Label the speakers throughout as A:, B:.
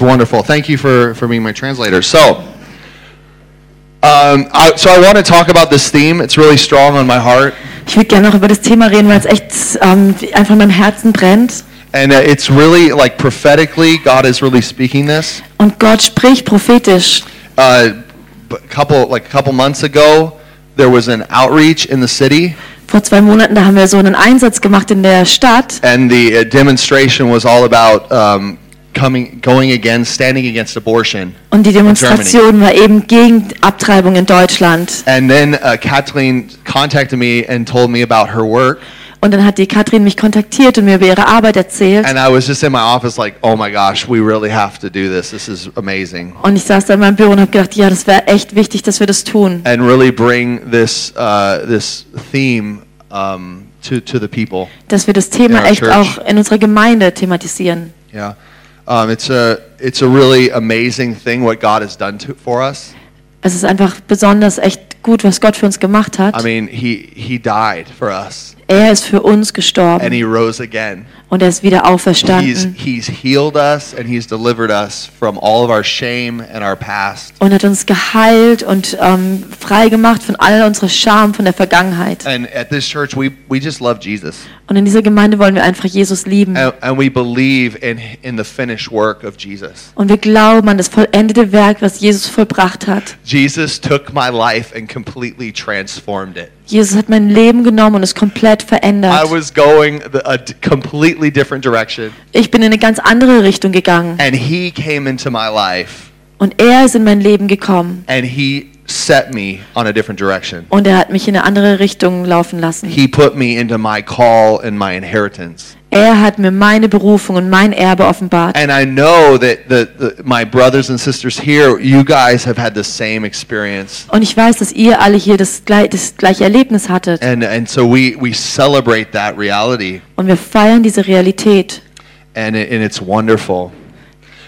A: wonderful. Thank you for, for being my translator. So, um, I, so I want to talk about this theme. It's really strong on my heart,
B: Ich würde gerne noch über das Thema reden, weil es echt ähm, einfach in meinem Herzen brennt.
A: and uh, it's really like prophetically, God is really speaking this.
B: Und Gott spricht prophetisch.
A: Uh, a couple like a couple months ago, there was an outreach in the city,
B: Vor zwei Monaten, da haben wir so einen Einsatz gemacht in der Stadt.
A: and the uh, demonstration was all about um, coming, going against, standing against abortion.
B: Und die
A: in Germany.
B: Demonstration war eben gegen Abtreibung in Deutschland.
A: And then uh, Kathleen contacted me and told me about her work.
B: Und dann hat die Katrin mich kontaktiert und mir über ihre Arbeit erzählt.
A: And I was just in my office, like, oh my gosh, we really have to do this. This is amazing.
B: Und ich saß da in meinem Büro und habe gedacht, ja, das wäre echt wichtig, dass wir das tun.
A: And really bring this, uh, this theme um, to, to the people.
B: Dass wir das
A: In
B: Thema
A: our
B: echt
A: church.
B: auch in unserer Gemeinde thematisieren.
A: Yeah. Um, it's, a, it's a really amazing thing what God has done to, for us.
B: Es ist einfach besonders echt gut, was Gott für uns gemacht hat.
A: I mean, he, he died for us
B: Er ist für uns
A: and
B: gestorben
A: He rose again.
B: und er ist wieder
A: He's,
B: auferstanden
A: he's healed us and He's delivered us from all of our shame and our past.
B: und hat uns geheilt und ähm, frei gemacht von all unserer Scham von der Vergangenheit.
A: And at this church, we, we just love Jesus.
B: Und in dieser Gemeinde wollen wir einfach Jesus lieben.
A: And, and we believe in, in the finished work of Jesus.
B: Und wir glauben an das vollendete Werk, was Jesus vollbracht hat.
A: Jesus took my life and completely transformed it.
B: Jesus hat mein Leben genommen und es komplett
A: I
B: verändert.
A: was going the, a d- completely different direction,
B: Ich bin in eine ganz andere Richtung gegangen.
A: and He came into my life
B: Und er ist in mein Leben gekommen.
A: and He set me on a different direction.
B: Und er hat mich in eine andere Richtung laufen lassen.
A: He put me into my call and my inheritance.
B: Er hat mir meine Berufung und mein Erbe offenbart.
A: And I know that the, the, my brothers and sisters here, you guys have had the same experience.
B: Und ich weiß, dass ihr alle hier das, gleich, das gleiche Erlebnis hattet.
A: And, and so we, we celebrate that reality,
B: Und wir feiern diese Realität.
A: and, it, and it's wonderful.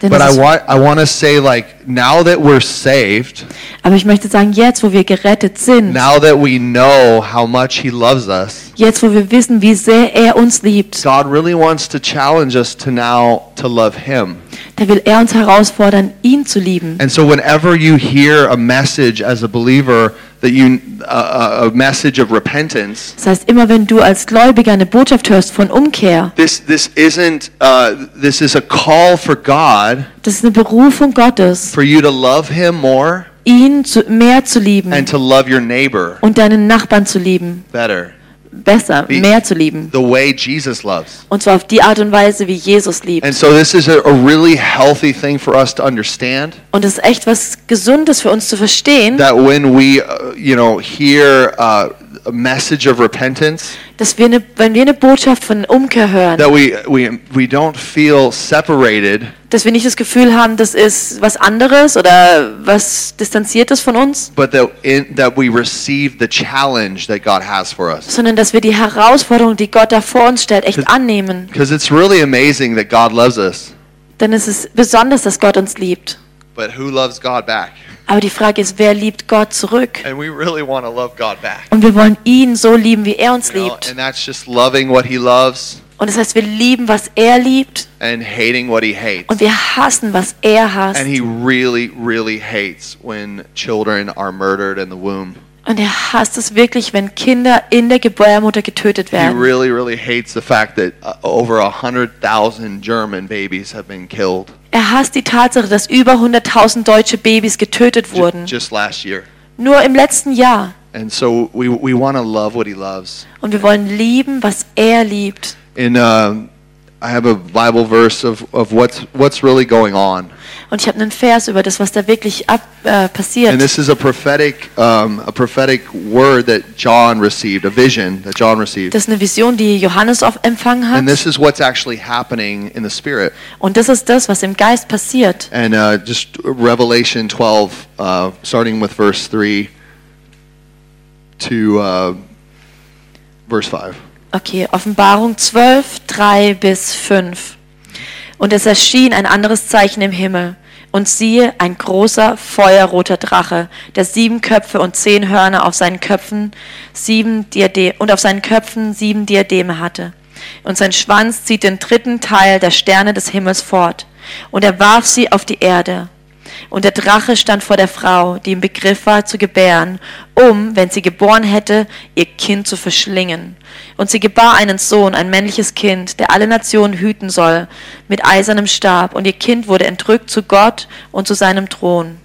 B: Denn
A: But
B: es
A: I
B: ist,
A: want I want to say like now that we're saved,
B: aber ich möchte sagen, jetzt, wo wir gerettet sind,
A: now that we know how much he loves us,
B: jetzt, wo wir wissen, wie sehr er uns liebt,
A: God really wants to challenge us to now to love him.
B: da will er uns herausfordern, ihn zu lieben.
A: And so whenever you hear a message as a believer that you uh, a message of repentance,
B: Das heißt, immer wenn du als Gläubiger eine Botschaft hörst von Umkehr,
A: this this isn't uh, this is a call for God
B: das ist eine Berufung Gottes,
A: for you to love him more
B: ihn zu, mehr zu
A: and
B: lieben
A: to love your neighbor
B: und deinen Nachbarn zu lieben,
A: better.
B: besser,
A: Wie-
B: mehr zu lieben.
A: The way Jesus loves.
B: Und zwar auf die Art und Weise, wie Jesus liebt.
A: And so this is a, a really healthy thing for us to understand
B: Und es ist echt was Gesundes für uns zu verstehen,
A: Mm-hmm. that when we, uh, you know, hear uh, a message of repentance,
B: dass wir, eine, wenn wir eine Botschaft von Umkehr hören,
A: that we we we don't feel separated,
B: dass wir nicht das Gefühl haben, das ist was anderes oder was Distanziertes von uns,
A: but that in, that we receive the challenge that God has for us.
B: sondern dass wir die Herausforderung, die Gott da vor uns stellt, echt annehmen.
A: Because it's really amazing that God loves us,
B: Denn es ist besonders, dass Gott uns liebt.
A: but who loves God back?
B: Aber die Frage ist, wer liebt Gott zurück?
A: And we really want to love God back.
B: Und wir wollen ihn so lieben, wie er uns
A: you know?
B: liebt.
A: And that's just loving what He loves
B: Und das heißt, wir lieben, was er liebt
A: and hating what He hates.
B: und wir hassen, was er hasst.
A: And he really, really hates when children are murdered in the womb.
B: Und er hasst es wirklich, wenn Kinder in der Gebärmutter getötet
A: He
B: werden.
A: really, really hates the fact that uh, over 100,000 German babies have been killed
B: Er hasst die Tatsache, dass über 100.000 deutsche Babys getötet
A: ju-
B: wurden.
A: just last year.
B: Nur im letzten Jahr.
A: And so we, we want to love what he loves.
B: Und wir wollen lieben, was er liebt.
A: In, um I have a Bible verse of, of what's, what's really going on.
B: Und ich habe einen Vers über das, was da wirklich ab, äh,
A: And
B: passiert.
A: this is a prophetic, um, a prophetic word that John received, a vision that John received.
B: Das ist eine Vision, die Johannes auf- empfangen
A: And this
B: hat.
A: is what's actually happening in the Spirit.
B: Und das ist das, was im Geist passiert.
A: And uh, just Revelation 12, uh, starting with verse 3 to uh, verse 5.
B: Okay, Offenbarung 12, 3 bis 5. Und es erschien ein anderes Zeichen im Himmel. Und siehe, ein großer, feuerroter Drache, der sieben Köpfe und zehn Hörner auf seinen Köpfen, sieben Diadem und auf seinen Köpfen sieben Diademe hatte. Und sein Schwanz zieht den dritten Teil der Sterne des Himmels fort. Und er warf sie auf die Erde. Und der Drache stand vor der Frau, die im Begriff war zu gebären, um, wenn sie geboren hätte, ihr Kind zu verschlingen. Und sie gebar einen Sohn, ein männliches Kind, der alle Nationen hüten soll, mit eisernem Stab. Und ihr Kind wurde entrückt zu Gott und zu seinem Thron.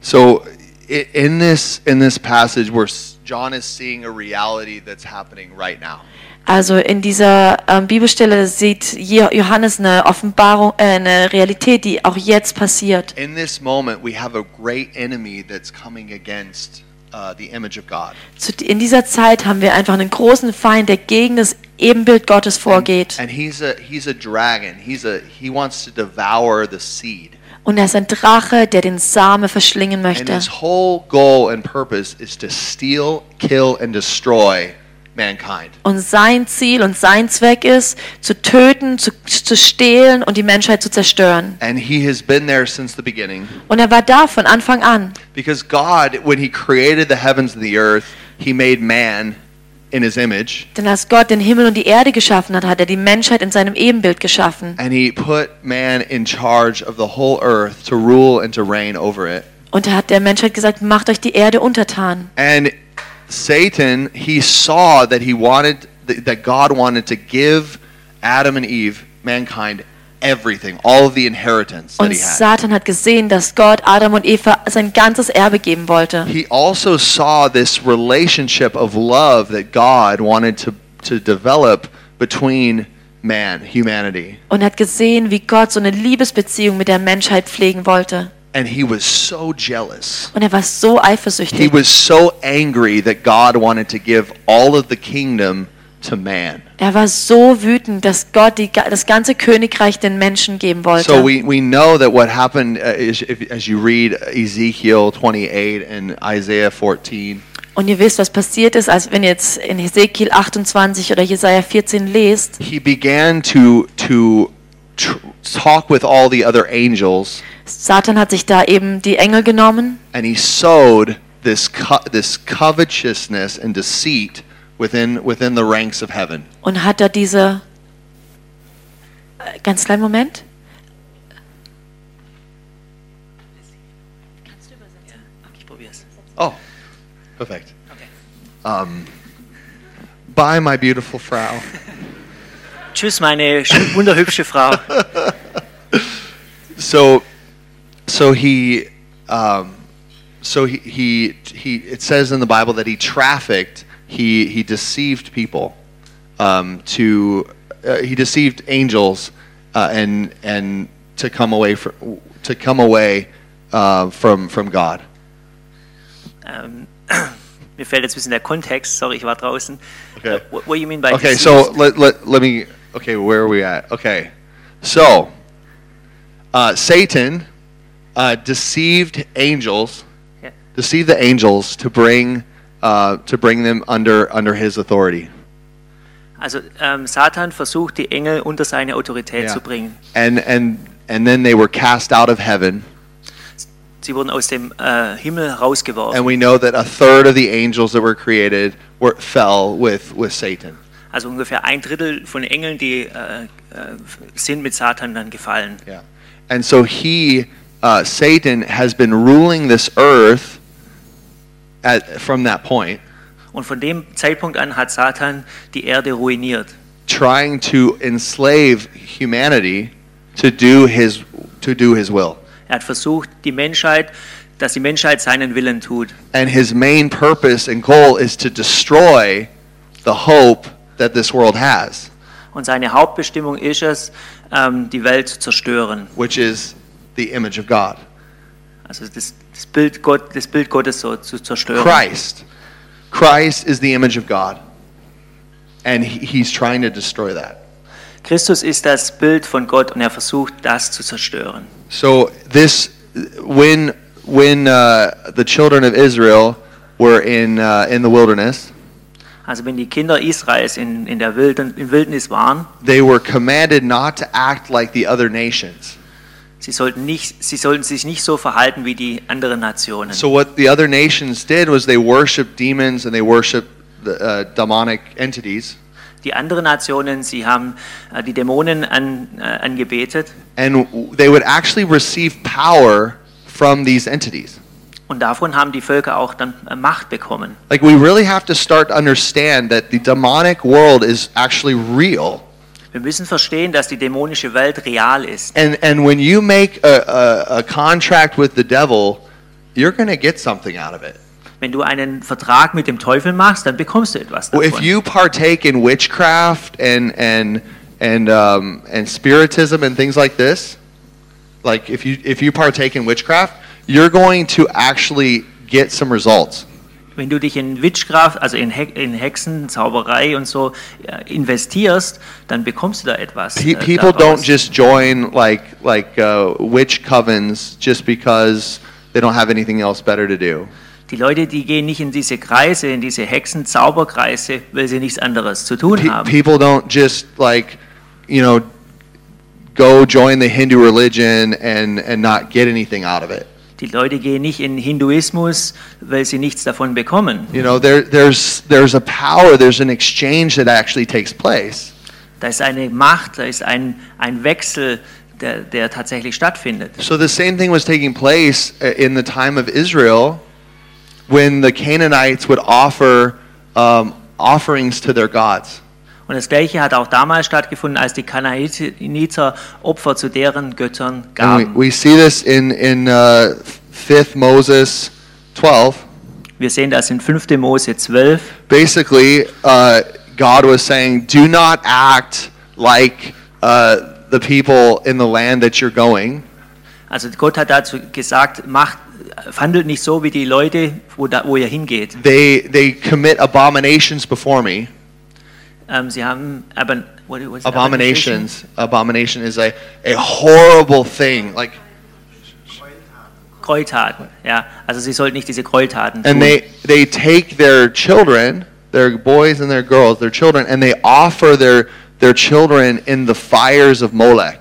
A: So i- in this in this passage where s- John is seeing a reality that's happening right now.
B: Also in dieser ähm, Bibelstelle sieht Je- Johannes eine Offenbarung, äh, eine Realität, die auch jetzt passiert.
A: In this moment, we have a great enemy that's coming against uh, the image of God.
B: Zu, in dieser Zeit haben wir einfach einen großen Feind, der gegen das Ebenbild Gottes vorgeht.
A: And he's a he's a dragon. He's a he wants to devour the seed.
B: Und er ist ein Drache, der den Same verschlingen
A: And
B: möchte.
A: his whole goal and purpose is to steal, kill, and destroy mankind.
B: Und sein Ziel und sein Zweck ist, zu töten, zu, zu stehlen und die Menschheit zu zerstören.
A: And he has been there since the beginning.
B: Und er war da von Anfang an.
A: Because God, when he created the heavens and the earth, he made man in his image.
B: Denn als Gott den Himmel und die Erde geschaffen hat, hat er die Menschheit in seinem Ebenbild geschaffen.
A: And he put man in charge of the whole earth to rule and to reign over it.
B: Und er hat der Menschheit gesagt, macht euch die Erde untertan.
A: And Satan, he saw that he wanted th- that God wanted to give Adam and Eve, mankind, everything, all of the inheritance that
B: Und
A: he had.
B: Satan hat gesehen, dass Gott Adam und Eva sein ganzes Erbe geben wollte.
A: He also saw this relationship of love that God wanted to, to develop between man, humanity.
B: Und hat gesehen, wie Gott so eine Liebesbeziehung mit der Menschheit pflegen wollte.
A: And he was so jealous.
B: Und er war so
A: He
B: eifersüchtig.
A: was so angry that God wanted to give all of the kingdom to man.
B: Er war so wütend, dass Gott die, ga- das ganze Königreich den Menschen geben wollte.
A: So we, we know that what happened uh, is, if, as you read Ezekiel 28 and Isaiah 14,
B: Und ihr wisst, was passiert ist, als wenn ihr jetzt in Hesekiel 28 oder Jesaja 14 lest.
A: he began to, to tr- talk with all the other angels
B: Satan hat sich da eben die Engel genommen
A: and he sowed this, co- this covetousness and deceit within, within the ranks of heaven.
B: und hat da diese. Äh, Ganz kleinen Moment.
C: Ich probier's.
A: Oh, perfect. Um, by my beautiful Frau.
C: Tschüss, meine schön- wunderhübsche Frau.
A: so so he um, so he, he he it says in the bible that he trafficked he he deceived people um, to uh, he deceived angels uh, and and to come away from to come away uh, from from god
C: Ähm, mir fällt jetzt ein bisschen der Kontext. Sorry, ich war draußen.
A: Okay.
C: Äh, what, what you mean by
A: okay
C: deceased?
A: so let, let, let me okay where are we at okay so uh, satan uh, deceived angels
C: Ja.
A: deceive the angels to bring uh, to bring them under under his authority.
C: Also ähm, Satan versucht, die Engel unter seine Autorität
A: Ja.
C: zu bringen.
A: And and and then they were cast out of heaven.
C: Sie wurden aus dem äh, Himmel rausgeworfen.
A: And we know that a third of the angels that were created were fell with with Satan.
C: Also ungefähr ein Drittel von Engeln, die äh, äh, sind mit Satan dann gefallen.
A: Yeah. And so he uh, Satan has been ruling this earth at, from that point,
C: Und von dem Zeitpunkt an hat Satan die Erde ruiniert.
A: trying to enslave humanity to do his to do his will.
C: Er hat versucht, die Menschheit, dass die Menschheit seinen Willen tut.
A: and his main purpose and goal is to destroy the hope that this world has,
C: Und seine Hauptbestimmung ist es, ähm, die Welt zu zerstören.
A: which is the image of God,
C: Also das, das, Bild, Gott, das Bild Gottes so zu zerstören.
A: Christ. Christ is the image of God, and he- he's trying to destroy that.
C: Christus ist das Bild von Gott und er versucht, das zu zerstören.
A: So this, when when uh, the children of Israel were in uh, in the wilderness,
C: Also wenn die Kinder Israels in, in der Wildern, in Wildnis waren,
A: they were commanded not to act like the other nations.
C: sie sollten, nicht, sie sollten sich nicht so verhalten wie die anderen Nationen.
A: So what the other nations did was they worshiped demons and they worshiped the uh, demonic entities.
C: Die anderen Nationen, sie haben äh, die Dämonen an, äh, angebetet
A: And w- they would actually receive power from these entities.
C: und davon haben die Völker auch dann äh, Macht bekommen.
A: Like, we really have to start to understand that the demonic world is actually real.
C: Wir müssen verstehen, dass die dämonische Welt real ist.
A: And, and when you make a, a, a contract with the devil, you're going to get something out of it.
C: Wenn du einen Vertrag mit dem Teufel machst, dann bekommst du etwas
A: Well,
C: davon.
A: if you partake in witchcraft and and and um, and spiritism and things like this, like if you if you partake in witchcraft, you're going to actually get some results.
C: Wenn du dich in Witchcraft, also in, He in Hexen, Zauberei und so äh, investierst, dann bekommst du da etwas.
A: Pe-
C: äh,
A: people
C: daraus.
A: don't just join like like uh, witch covens just because they don't have anything else better to do.
C: die Leute, die gehen nicht in diese Kreise, in diese Hexen, Zauberkreise, weil sie nichts anderes zu tun
A: Pe-
C: haben.
A: people don't just like you know go join the Hindu religion and and not get anything out of it.
C: Die Leute gehen nicht in Hinduismus, weil sie nichts davon bekommen.
A: You know, there, there's, there's a power, there's an exchange that actually takes place.
C: Da ist eine Macht, da ist ein, ein Wechsel, der, der tatsächlich stattfindet.
A: So the same thing was taking place uh, in the time of Israel when the Canaanites would offer um, offerings to their gods.
C: Und das Gleiche hat auch damals stattgefunden, als die Kanaaniter Opfer zu deren Göttern
A: And
C: gaben.
A: we, we see this in, in uh, 5th Moses 12.
C: Wir sehen das in 5. Mose 12.
A: Basically, uh, God was saying, do not act like uh, the people in the land that you're going.
C: Also Gott hat dazu gesagt, macht, handelt nicht so wie die Leute, wo, da, wo ihr hingeht.
A: They, they commit abominations before me.
C: Ähm, sie haben aber what was it?
A: abominations. Abomination is a, a horrible thing. Like,
C: Gräueltaten. Ja, also sie sollten nicht diese Gräueltaten tun.
A: and they they take their children, their boys and their girls, their children, and they offer their their children in the fires of Molech.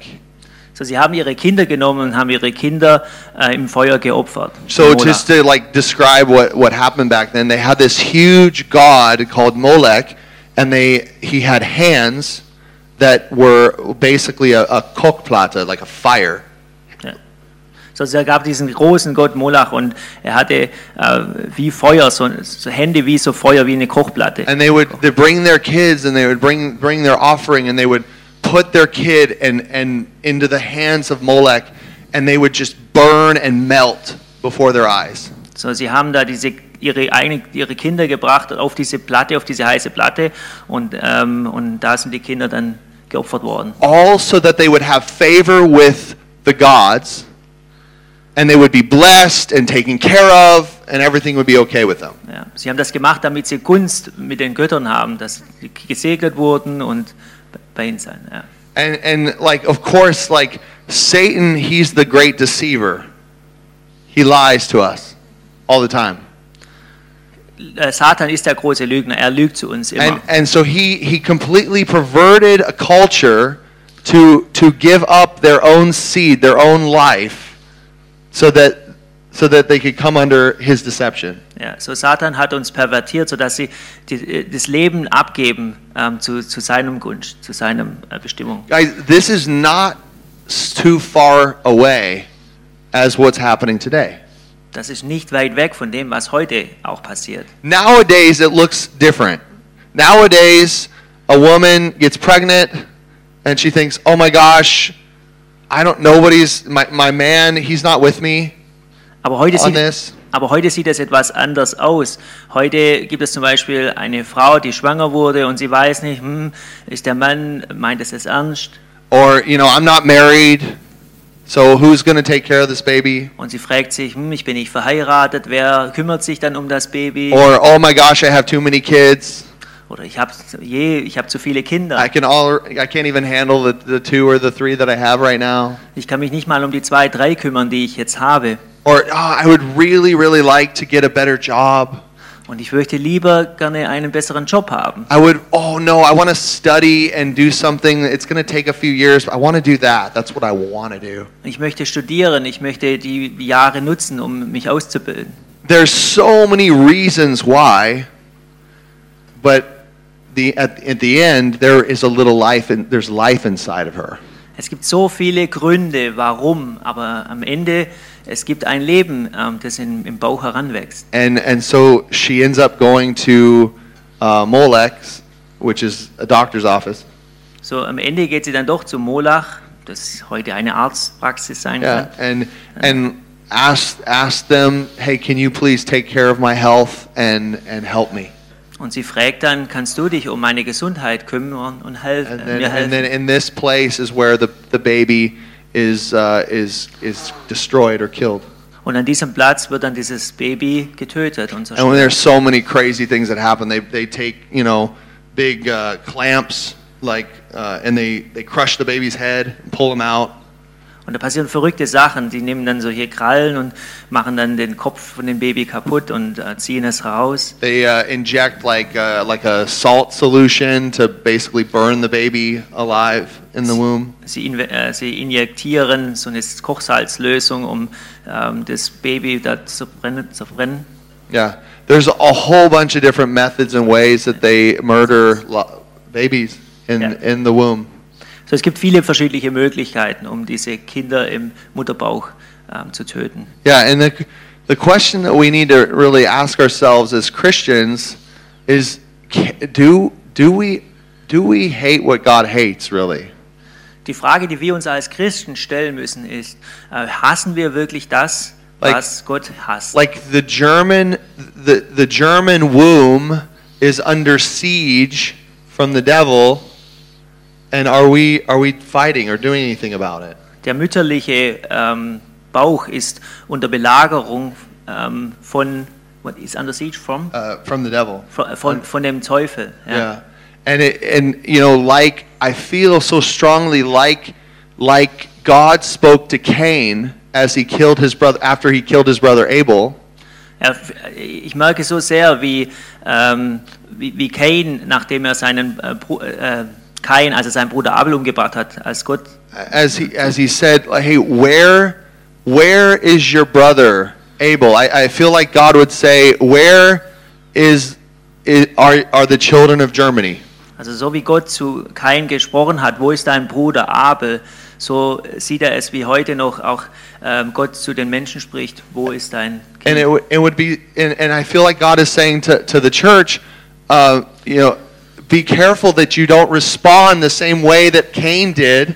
C: so, sie haben ihre Kinder genommen und haben ihre Kinder äh, im Feuer geopfert.
A: So
C: Moloch.
A: just to like describe what what happened back then, they had this huge god called Molech, and they he had hands that were basically a, a kokplate, like a fire.
C: So, es gab diesen großen Gott Molach und er hatte äh, wie Feuer, so, so Hände wie so Feuer, wie eine Kochplatte.
A: and they would they bring their kids and they would bring bring their offering and they would put their kid and and into the hands of Molech and they would just burn and melt before their eyes.
C: So, sie haben da diese, ihre, eigene, ihre Kinder gebracht auf diese Platte, auf diese heiße Platte und, ähm, und da sind die Kinder dann geopfert worden.
A: All so that they would have favor with the gods and they would be blessed and taken care of and everything would be okay with them.
C: Ja. Sie haben das gemacht, damit sie Gunst mit den Göttern haben, dass sie gesegnet wurden und bei ihnen sein. Ja.
A: And and like of course like Satan he's the great deceiver. He lies to us all the time.
C: Äh, Satan ist der große Lügner, er lügt zu uns immer.
A: and and so he he completely perverted a culture to to give up their own seed, their own life, so that so that they could come under his deception.
C: Ja, so Satan hat uns pervertiert, sodass sie die, äh, das Leben abgeben ähm, zu, zu seinem Gunst, zu seinem äh, Bestimmung.
A: Guys, this is not s- too far away as what's happening today.
C: Das ist nicht weit weg von dem, was heute auch passiert.
A: Nowadays it looks different. Nowadays a woman gets pregnant and she thinks, "Oh my gosh, I don't nobody's my my man, he's not with me
C: Aber heute,
A: on
C: sieht,
A: this."
C: aber heute sieht es etwas anders aus. Heute gibt es zum Beispiel eine Frau, die schwanger wurde und sie weiß nicht, hm, ist der Mann, meint es es ernst?
A: Or, you know, I'm not married, so who's going to take care of this baby?
C: Und sie fragt sich, hm, ich bin nicht verheiratet, wer kümmert sich dann um das Baby?
A: Or, oh my gosh, I have too many kids.
C: Oder ich habe je, ich habe zu viele Kinder.
A: I can all I can't even handle the, the two or the three that I have right now.
C: Ich kann mich nicht mal um die zwei, drei kümmern, die ich jetzt habe.
A: Or, oh, I would really really like to get a better job.
C: Und ich möchte lieber gerne einen besseren Job haben.
A: I would oh no, I want to study and do something. It's going to take a few years. But I want to do that. That's what I want to do.
C: Ich möchte studieren, ich möchte die Jahre nutzen, um mich auszubilden.
A: There's so many reasons why, but the, at, at the end, there is a little life, and there's life inside of her.
C: Es gibt so viele Gründe, warum, aber am Ende, es gibt ein Leben, ähm, das in, im Bauch heranwächst.
A: And, and so she ends up going to uh, Molex, which is a doctor's office.
C: So, am Ende geht sie dann doch zu Molach, das heute eine Arztpraxis sein
A: Yeah, and and ask ask them, hey, can you please take care of my health and and help me?
C: kann. Und sie fragt dann, kannst du dich um meine Gesundheit kümmern und helf,
A: And
C: äh,
A: then
C: mir
A: and
C: helfen?
A: then in this place is where the the baby is uh, is is destroyed or killed.
C: und an diesem Platz wird dann dieses Baby getötet Äh,
A: And
C: und
A: when
C: zerstört.
A: there's so many crazy things that happen, they they take you know big uh, clamps like uh, and they they crush the baby's head, and pull him out.
C: Und da passieren verrückte Sachen. Die nehmen dann solche Krallen und machen dann den Kopf von dem Baby kaputt und äh, ziehen es raus.
A: They uh, inject like uh, like a salt solution to basically burn the baby alive in the womb.
C: Sie, inve- äh, sie injektieren so eine Kochsalzlösung, um ähm, das Baby da zu brennen. Zu brennen.
A: Yeah, there's a whole bunch of different methods and ways that they murder lo- babies in
C: Yeah.
A: in the womb.
C: So, es gibt viele verschiedene Möglichkeiten, um diese Kinder im Mutterbauch ähm, zu töten.
A: Yeah, and the the question that we need to really ask ourselves as Christians is ca- do do we do we hate what God hates really?
C: Die Frage, die wir uns als Christen stellen müssen, ist, äh, hassen wir wirklich das,
A: Like-
C: was Gott hasst?
A: Like the German the the German womb is under siege from the devil and are we are we fighting or doing anything about it?
C: Der mütterliche ähm, Bauch ist unter Belagerung ähm, von, what is under siege from?
A: Uh, from the devil.
C: Von, Äh, von, von dem Teufel. Ja.
A: Yeah. And it, and you know, like I feel so strongly like like God spoke to Cain as he killed his brother after he killed his brother Abel.
C: Er, ich merke so sehr, wie, ähm, wie, wie Cain, nachdem er seinen äh, Bru- äh, Cain, also seinen Bruder Abel umgebracht hat, als Gott,
A: As he as he said, like, Hey, where where is your brother Abel? I, I feel like God would say, Where is, is are are the children of Germany?
C: also so wie Gott zu Cain gesprochen hat, wo ist dein Bruder Abel, so sieht er es, wie heute noch auch ähm, Gott zu den Menschen spricht, wo ist dein
A: and it,
C: Kind?
A: w- it would be and, and i feel like god is saying to, to the church uh, you know be careful that you don't respond the same way that cain did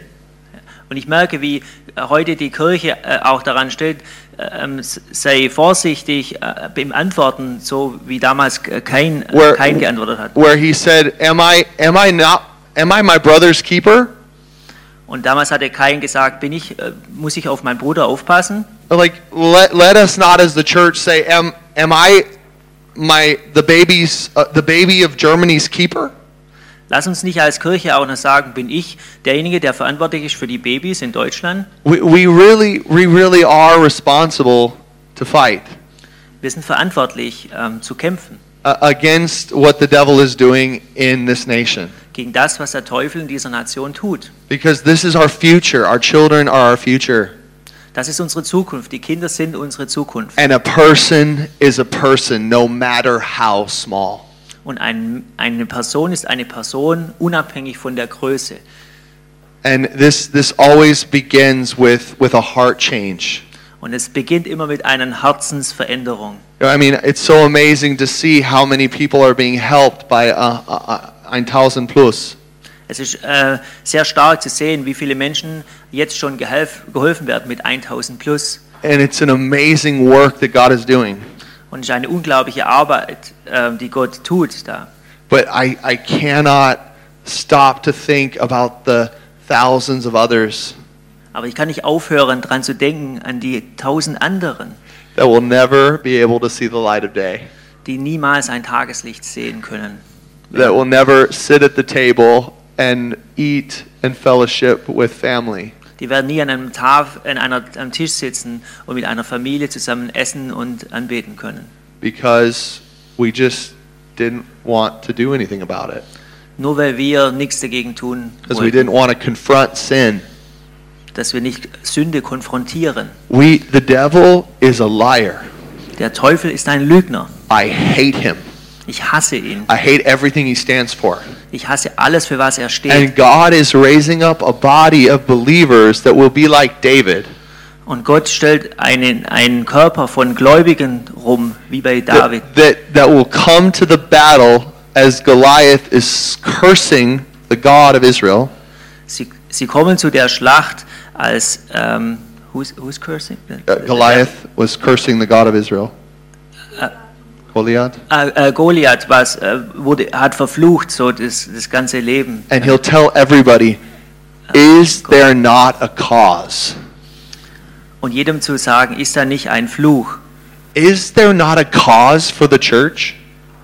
C: Und ich merke, wie äh, heute die Kirche äh, auch daran steht, äh, ähm, s- sei vorsichtig äh, beim Antworten, so wie damals äh, Cain, äh,
A: Where-
C: Cain geantwortet hat.
A: where he said am i am i not am i my brother's keeper
C: Und damals hatte Cain gesagt, bin ich, äh, muss ich auf meinen Bruder aufpassen?
A: like let, let us not as the church say am am i my the baby's uh, the baby of germany's keeper
C: Lass uns nicht als Kirche auch noch sagen, bin ich derjenige, der verantwortlich ist für die Babys in Deutschland?
A: we, we really we really are responsible to fight
C: Wir sind verantwortlich ähm, zu kämpfen
A: uh, against what the devil is doing in this nation
C: gegen das, was der Teufel in dieser Nation tut.
A: Because this is our future. Our children are our future.
C: Das ist unsere Zukunft. Die Kinder sind unsere Zukunft.
A: And a person is a person, no matter how small.
C: Und ein, eine Person ist eine Person, unabhängig von der Größe.
A: And this, this always begins with, with a heart change.
C: Und es beginnt immer mit einer Herzensveränderung.
A: You know, I mean, it's so amazing to see how many people are being helped by uh, uh, uh, 1,000 plus.
C: Es ist äh, sehr stark zu sehen, wie viele Menschen jetzt schon gehelf, geholfen werden mit 1000 plus.
A: And it's an amazing work that God is doing.
C: Und es ist eine unglaubliche Arbeit, äh, die Gott tut da.
A: But I, I cannot stop to think about the thousands of others
C: Aber ich kann nicht aufhören, dran zu denken, an die tausend anderen,
A: that will never be able to see the light of day.
C: die niemals ein Tageslicht sehen können,
A: that will never sit at the table and eat and fellowship with family.
C: Die werden nie an einem, Taf an einer, am Tisch sitzen und mit einer Familie zusammen essen und anbeten können.
A: because we just didn't want to do anything about it
C: Nur weil wir nichts dagegen tun,
A: because we
C: wollten,
A: didn't want to confront sin.
C: dass wir nicht Sünde konfrontieren.
A: We the devil is a liar.
C: Der Teufel ist ein Lügner.
A: I hate him.
C: Ich hasse ihn.
A: I hate everything he stands for.
C: Ich hasse alles, für was er steht.
A: And God is raising up a body of believers that will be like David,
C: Und Gott stellt einen, einen Körper von Gläubigen rum, wie bei David,
A: that, that, that will come to the battle as Goliath is cursing the God of Israel.
C: Sie, sie kommen zu der Schlacht als ähm, who's, who's cursing?
A: Uh, Goliath was cursing the God of Israel. Goliath.
C: Äh, äh, Goliath was, äh, wurde, hat verflucht so das, das ganze Leben.
A: And he'll tell everybody, is there not a cause?
C: Und jedem zu sagen, ist da nicht ein Fluch,
A: Is there not a cause for the church?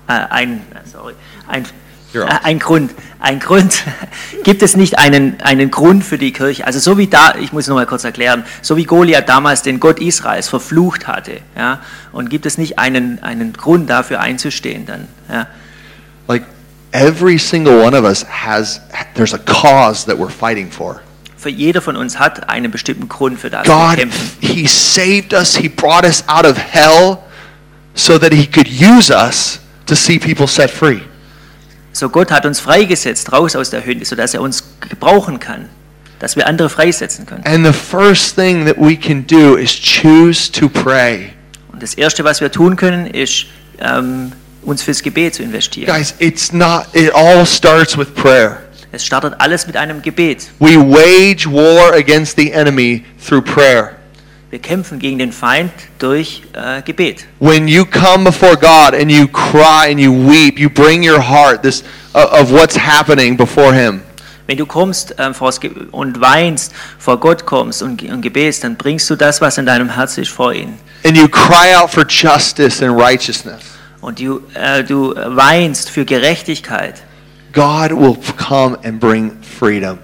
C: äh, ein, sorry, ein, äh,
A: You're off.
C: ein Grund, ein Grund. Gibt es nicht einen, einen Grund für die Kirche? Also so wie da, ich muss noch mal kurz erklären, so wie Goliath damals den Gott Israels verflucht hatte, ja, und gibt es nicht einen, einen Grund dafür einzustehen dann, ja.
A: Like every single one of us has there's a cause that we're fighting for.
C: Für jeder von uns hat einen bestimmten Grund für das
A: God
C: Kämpfen.
A: he saved us, he brought us out of hell so that he could use us to see people set free.
C: So Gott hat uns freigesetzt, raus aus der Hölle, sodass er uns gebrauchen kann, dass wir andere freisetzen können.
A: And the first thing that we can do is choose to pray.
C: Und das Erste, was wir tun können, ist, ähm, uns fürs Gebet zu investieren.
A: Guys, it's not it all starts with prayer.
C: Es startet alles mit einem Gebet.
A: We wage war against the enemy through prayer.
C: Wir kämpfen gegen den Feind durch äh, Gebet.
A: When you come before God and you cry and you weep, you bring your heart this uh, of what's happening before him.
C: Wenn du kommst ähm, vors Ge und weinst, vor Gott kommst und, ge- und gebetst, dann bringst du das, was in deinem Herz ist, vor ihn.
A: And you cry out for justice and righteousness.
C: Und du, äh, du weinst für Gerechtigkeit.
A: God will come and bring freedom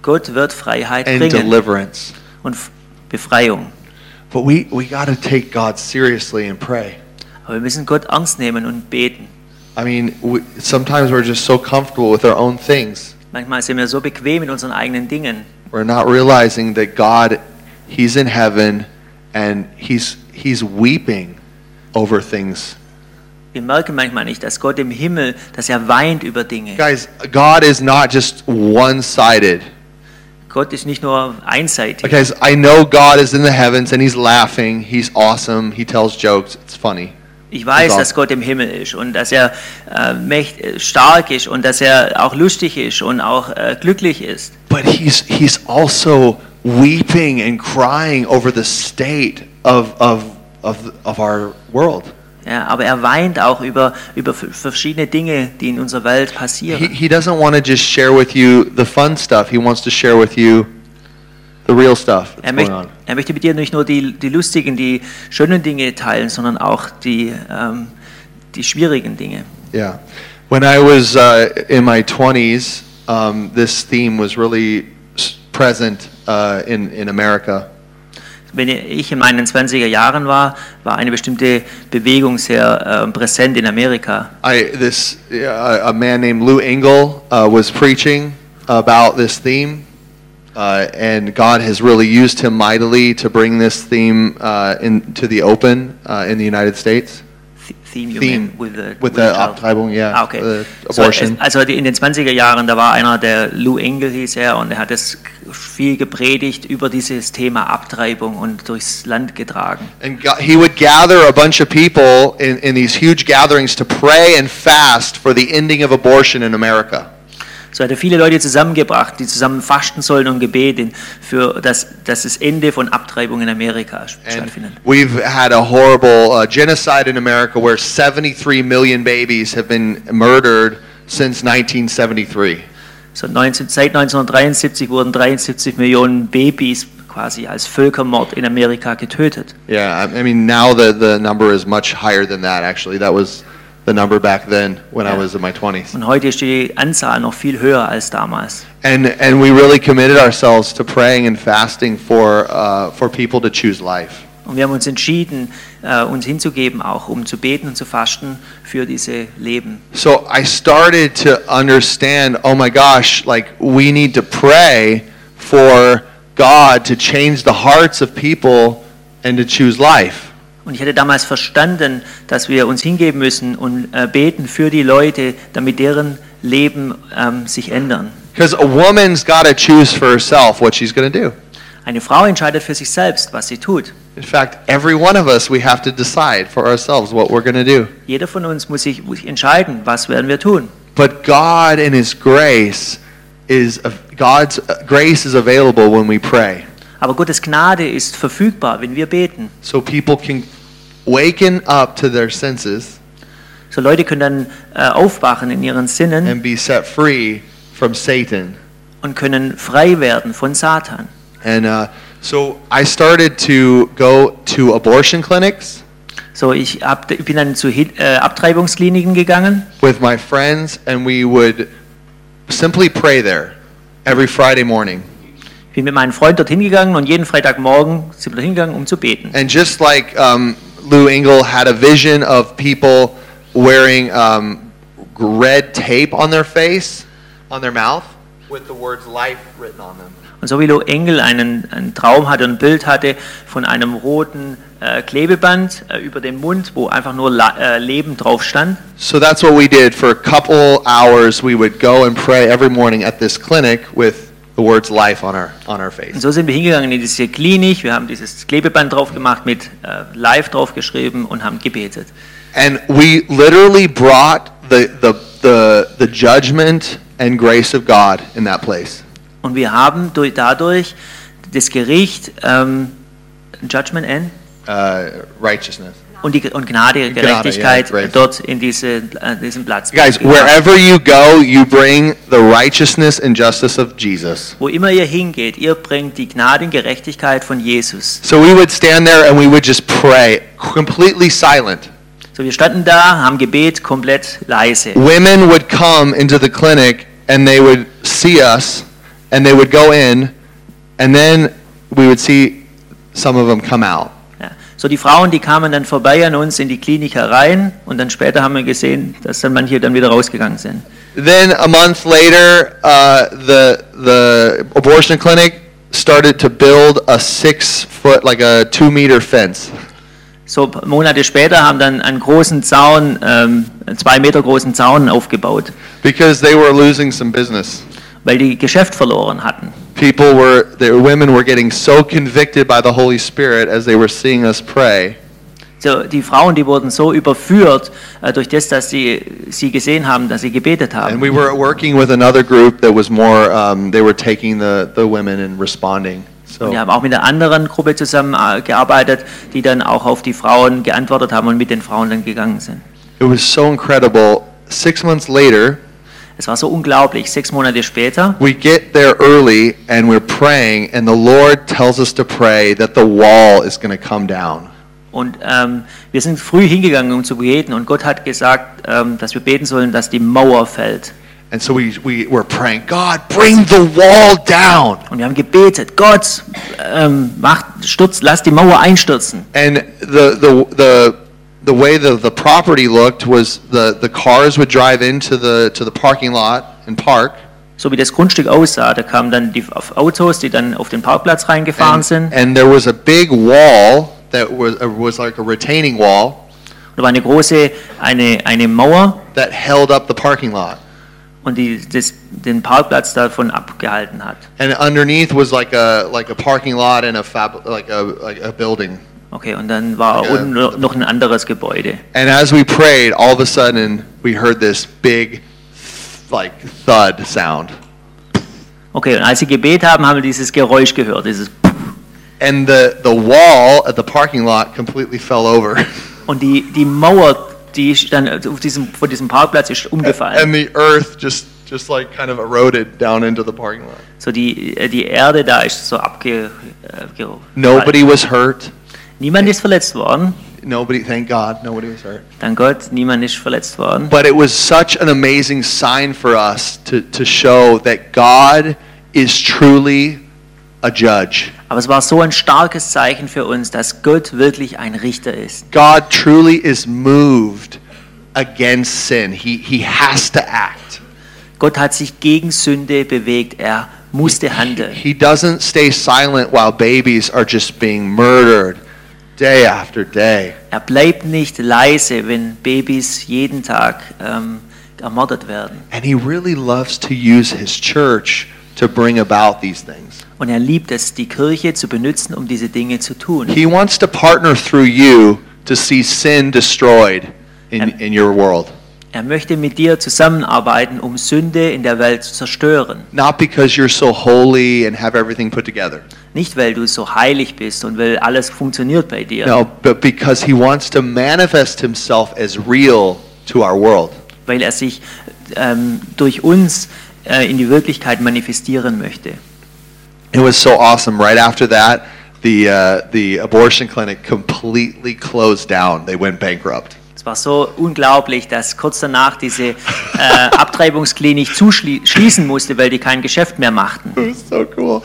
C: Gott wird Freiheit
A: and
C: bringen
A: deliverance.
C: und F- Befreiung.
A: But we, we got to take God seriously and pray.
C: Aber wir müssen Gott ernst nehmen und beten.
A: I mean, we, sometimes we're just so comfortable with our own things.
C: Manchmal sind wir so bequem in unseren eigenen Dingen.
A: We're not realizing that God, He's in heaven and He's, he's weeping over things.
C: Wir merken manchmal nicht, dass Gott im Himmel, dass er weint über Dinge.
A: Guys, God is not just one sided.
C: Gott ist nicht nur einseitig.
A: Guys, I know God is in the heavens and He's laughing. He's awesome. He tells jokes. It's funny.
C: Ich weiß,
A: Genau.
C: dass Gott im Himmel ist und dass er äh, mächt, äh, stark ist und dass er auch lustig ist und auch äh, glücklich ist.
A: But he's he's also weeping and crying over the state of of of, of our world.
C: Ja, aber er weint auch über, über f- verschiedene Dinge, die in unserer Welt
A: He
C: passieren.
A: he doesn't want to just share with you the fun stuff. He wants to share with you the real stuff
C: Er
A: that's going
C: möchte,
A: on.
C: er möchte mit dir nicht nur die, die lustigen, die schönen Dinge teilen, sondern auch die, ähm, die schwierigen Dinge.
A: Yeah. When I was uh, in my 20s, um, this theme was really s- present uh, in in America.
C: Wenn ich in meinen 20er Jahren war, war eine bestimmte Bewegung sehr ähm, präsent in Amerika.
A: I this uh, a man named Lou Engle uh, was preaching about this theme, uh, and God has really used him mightily to bring this theme uh, into the open uh, in the United States.
C: Th- Theme, you
A: Theme.
C: mean, with the,
A: With
C: the
A: the
C: child.
A: Abtreibung, yeah,
C: Ah, okay.
A: the
C: So,
A: abortion.
C: es- also die- in den 20er Jahren, da war einer, der Lou Engel hieß er, und er hat es viel gepredigt über dieses Thema Abtreibung und durchs Land getragen.
A: And God, he would gather a bunch of people in, in these huge gatherings to pray and fast for the ending of abortion in America.
C: So hat er viele Leute zusammengebracht, die zusammen fasten sollen und gebeten, für das, dass das Ende von Abtreibung in Amerika stattfindet.
A: And we've had a horrible uh, genocide in America where 73 million babies have been murdered since 1973.
C: So 19, seit 1973 wurden 73 Millionen Babys quasi als Völkermord in Amerika getötet.
A: Yeah, I I mean now the, the number is much higher than that. Actually, that was the number back then when I
C: Yeah.
A: was in my 20s.
C: Und heute ist die Anzahl noch viel höher als damals.
A: And and we really committed ourselves to praying and fasting for uh, for people to choose life.
C: Und wir haben uns entschieden, äh, uns hinzugeben, auch um zu beten und zu fasten für diese Leben.
A: So I started to understand. Oh my gosh! Like we need to pray for God to change the hearts of people and to choose life.
C: Und ich hätte damals verstanden, dass wir uns hingeben müssen und äh, beten für die Leute, damit deren Leben ähm, sich ändern.
A: Because a woman's got to choose for herself what she's going to do.
C: Eine Frau entscheidet für sich selbst, was sie tut.
A: In fact, every one of us, we have to decide for ourselves what we're going to do.
C: Jeder von uns muss sich muss entscheiden, was werden wir tun.
A: But God in His grace is God's uh, grace is available when we pray.
C: Aber Gottes Gnade ist verfügbar, wenn wir beten.
A: So people can waken up to their senses
C: So Leute können dann äh, aufwachen in ihren Sinnen
A: and be set free from Satan.
C: und können frei werden von Satan.
A: And uh, so I started to go to abortion clinics
C: So, ich hab, ich bin dann zu Hit- äh, Abtreibungskliniken gegangen
A: with my friends, and we would simply pray there every Friday morning.
C: Ich bin mit meinem Freund dorthin gegangen und jeden Freitagmorgen sind wir dorhin gegangen, um zu beten.
A: And just like um, Lou Engle had a vision of people wearing um, red tape on their face, on their mouth, with the words life written on them.
C: Und so wie Lo Engel einen, einen Traum hatte, ein Bild hatte von einem roten äh, Klebeband äh, über dem Mund, wo einfach nur La äh, Leben drauf stand.
A: So that's what we did. For a couple hours, we would go and pray every morning at this clinic with the words life on our, on our
C: Und
A: face.
C: so sind wir hingegangen in diese Klinik, wir haben dieses Klebeband drauf gemacht, mit äh, Live drauf geschrieben und haben gebetet.
A: And we literally brought the, the, the, the judgment and grace of God in that place.
C: Und wir haben durch, dadurch das Gericht, ähm, Judgment End,
A: Uh, righteousness.
C: und, die, und Gnade, Gerechtigkeit
A: Grace.
C: dort in diese, äh, diesen Platz.
A: Guys, wherever you go, you bring the righteousness and justice of Jesus.
C: Wo immer ihr hingeht, ihr bringt die Gnade und Gerechtigkeit von Jesus.
A: So we would stand there and we would just pray, completely silent.
C: So, wir standen da, haben Gebet komplett leise.
A: Women would come into the clinic and they would see us and they would go in and then we would see some of them come out.
C: Ja. So, die Frauen, die kamen dann vorbei an uns in die Klinik herein und dann später haben wir gesehen, dass dann manche dann wieder rausgegangen sind.
A: Then a month later, uh, the, the abortion clinic started to build a six foot, like a two meter fence.
C: So, p- Monate später haben dann einen großen Zaun, ähm, einen zwei Meter großen Zaun aufgebaut,
A: because they were losing some business.
C: weil die Geschäft verloren hatten.
A: People were, the women were getting so convicted by the Holy Spirit as they were seeing us pray
C: So, die Frauen, die wurden so überführt äh, durch das, dass sie sie gesehen haben, dass sie gebetet haben.
A: And we were working with another group that was more, um, they were taking the, the women and responding. So,
C: Und wir haben auch mit einer anderen Gruppe zusammengearbeitet, die dann auch auf die Frauen geantwortet haben und mit den Frauen dann gegangen sind.
A: it was so incredible. Six months later,
C: Es war so unglaublich. Sechs Monate später
A: we get there early and we're praying, and the Lord tells us to pray that the wall is going to come down.
C: und ähm, wir sind früh hingegangen, um zu beten und Gott hat gesagt, ähm, dass wir beten sollen, dass die Mauer fällt.
A: And so we, we were praying, God, bring the wall down.
C: Und wir haben gebetet, Gott, ähm, macht, stürzt, lass die Mauer einstürzen.
A: And the the the the way the the property looked was the the cars would drive into the to the parking lot and park.
C: So wie das Grundstück aussah, da kamen dann die auf Autos, die dann auf den Parkplatz reingefahren
A: And,
C: sind.
A: and there was a big wall that was uh, was like a retaining wall
C: Da war eine große, eine, eine Mauer
A: that held up the parking lot.
C: und die das, den Parkplatz davon abgehalten hat.
A: And underneath was like a like a parking lot and a fab, like a like a building.
C: Okay, und dann war
A: Okay.
C: unten no- noch ein anderes Gebäude.
A: And as we prayed, all of a sudden we heard this big like thud sound.
C: Okay, und als sie gebet haben, haben wir dieses Geräusch gehört. Dieses
A: And the, the wall at the parking lot completely fell over.
C: und die, die Mauer, die ist dann auf diesem, von diesem Parkplatz ist umgefallen.
A: and the earth just just like kind of eroded down into the parking lot.
C: So die, äh, die Erde da ist so abge. äh, ge-
A: Nobody was hurt.
C: Niemand ist verletzt worden.
A: Nobody, thank God, nobody was hurt.
C: Dank Gott, niemand ist verletzt worden.
A: But it was such an amazing sign for us to, to show that God is truly a judge.
C: Aber es war so ein starkes Zeichen für uns, dass Gott wirklich ein Richter ist.
A: God truly is moved against sin. He, he has to act.
C: Gott hat sich gegen Sünde bewegt. Er musste handeln.
A: He doesn't stay silent while babies are just being murdered day after day.
C: Er bleibt nicht leise, wenn Babys jeden Tag ähm, ermordet werden.
A: And he really loves to use his church to bring about these things.
C: Und er liebt es, die Kirche zu benutzen, um diese Dinge zu tun.
A: He wants to partner through you to see sin destroyed in,
C: And-
A: in your world.
C: Er möchte mit dir zusammenarbeiten, um Sünde in der Welt zu zerstören.
A: Not because you're so holy and have everything put together.
C: Nicht, weil du so heilig bist und weil alles funktioniert bei dir,
A: No, but because he wants to manifest himself as real to our world.
C: weil er sich ähm, durch uns äh, in die Wirklichkeit manifestieren möchte.
A: It was so awesome. Right after that, the, uh, the abortion clinic completely closed down. They went bankrupt.
C: Es war so unglaublich, dass kurz danach diese äh, Abtreibungsklinik zuschließen musste, weil die kein Geschäft mehr machten.
A: It was so cool.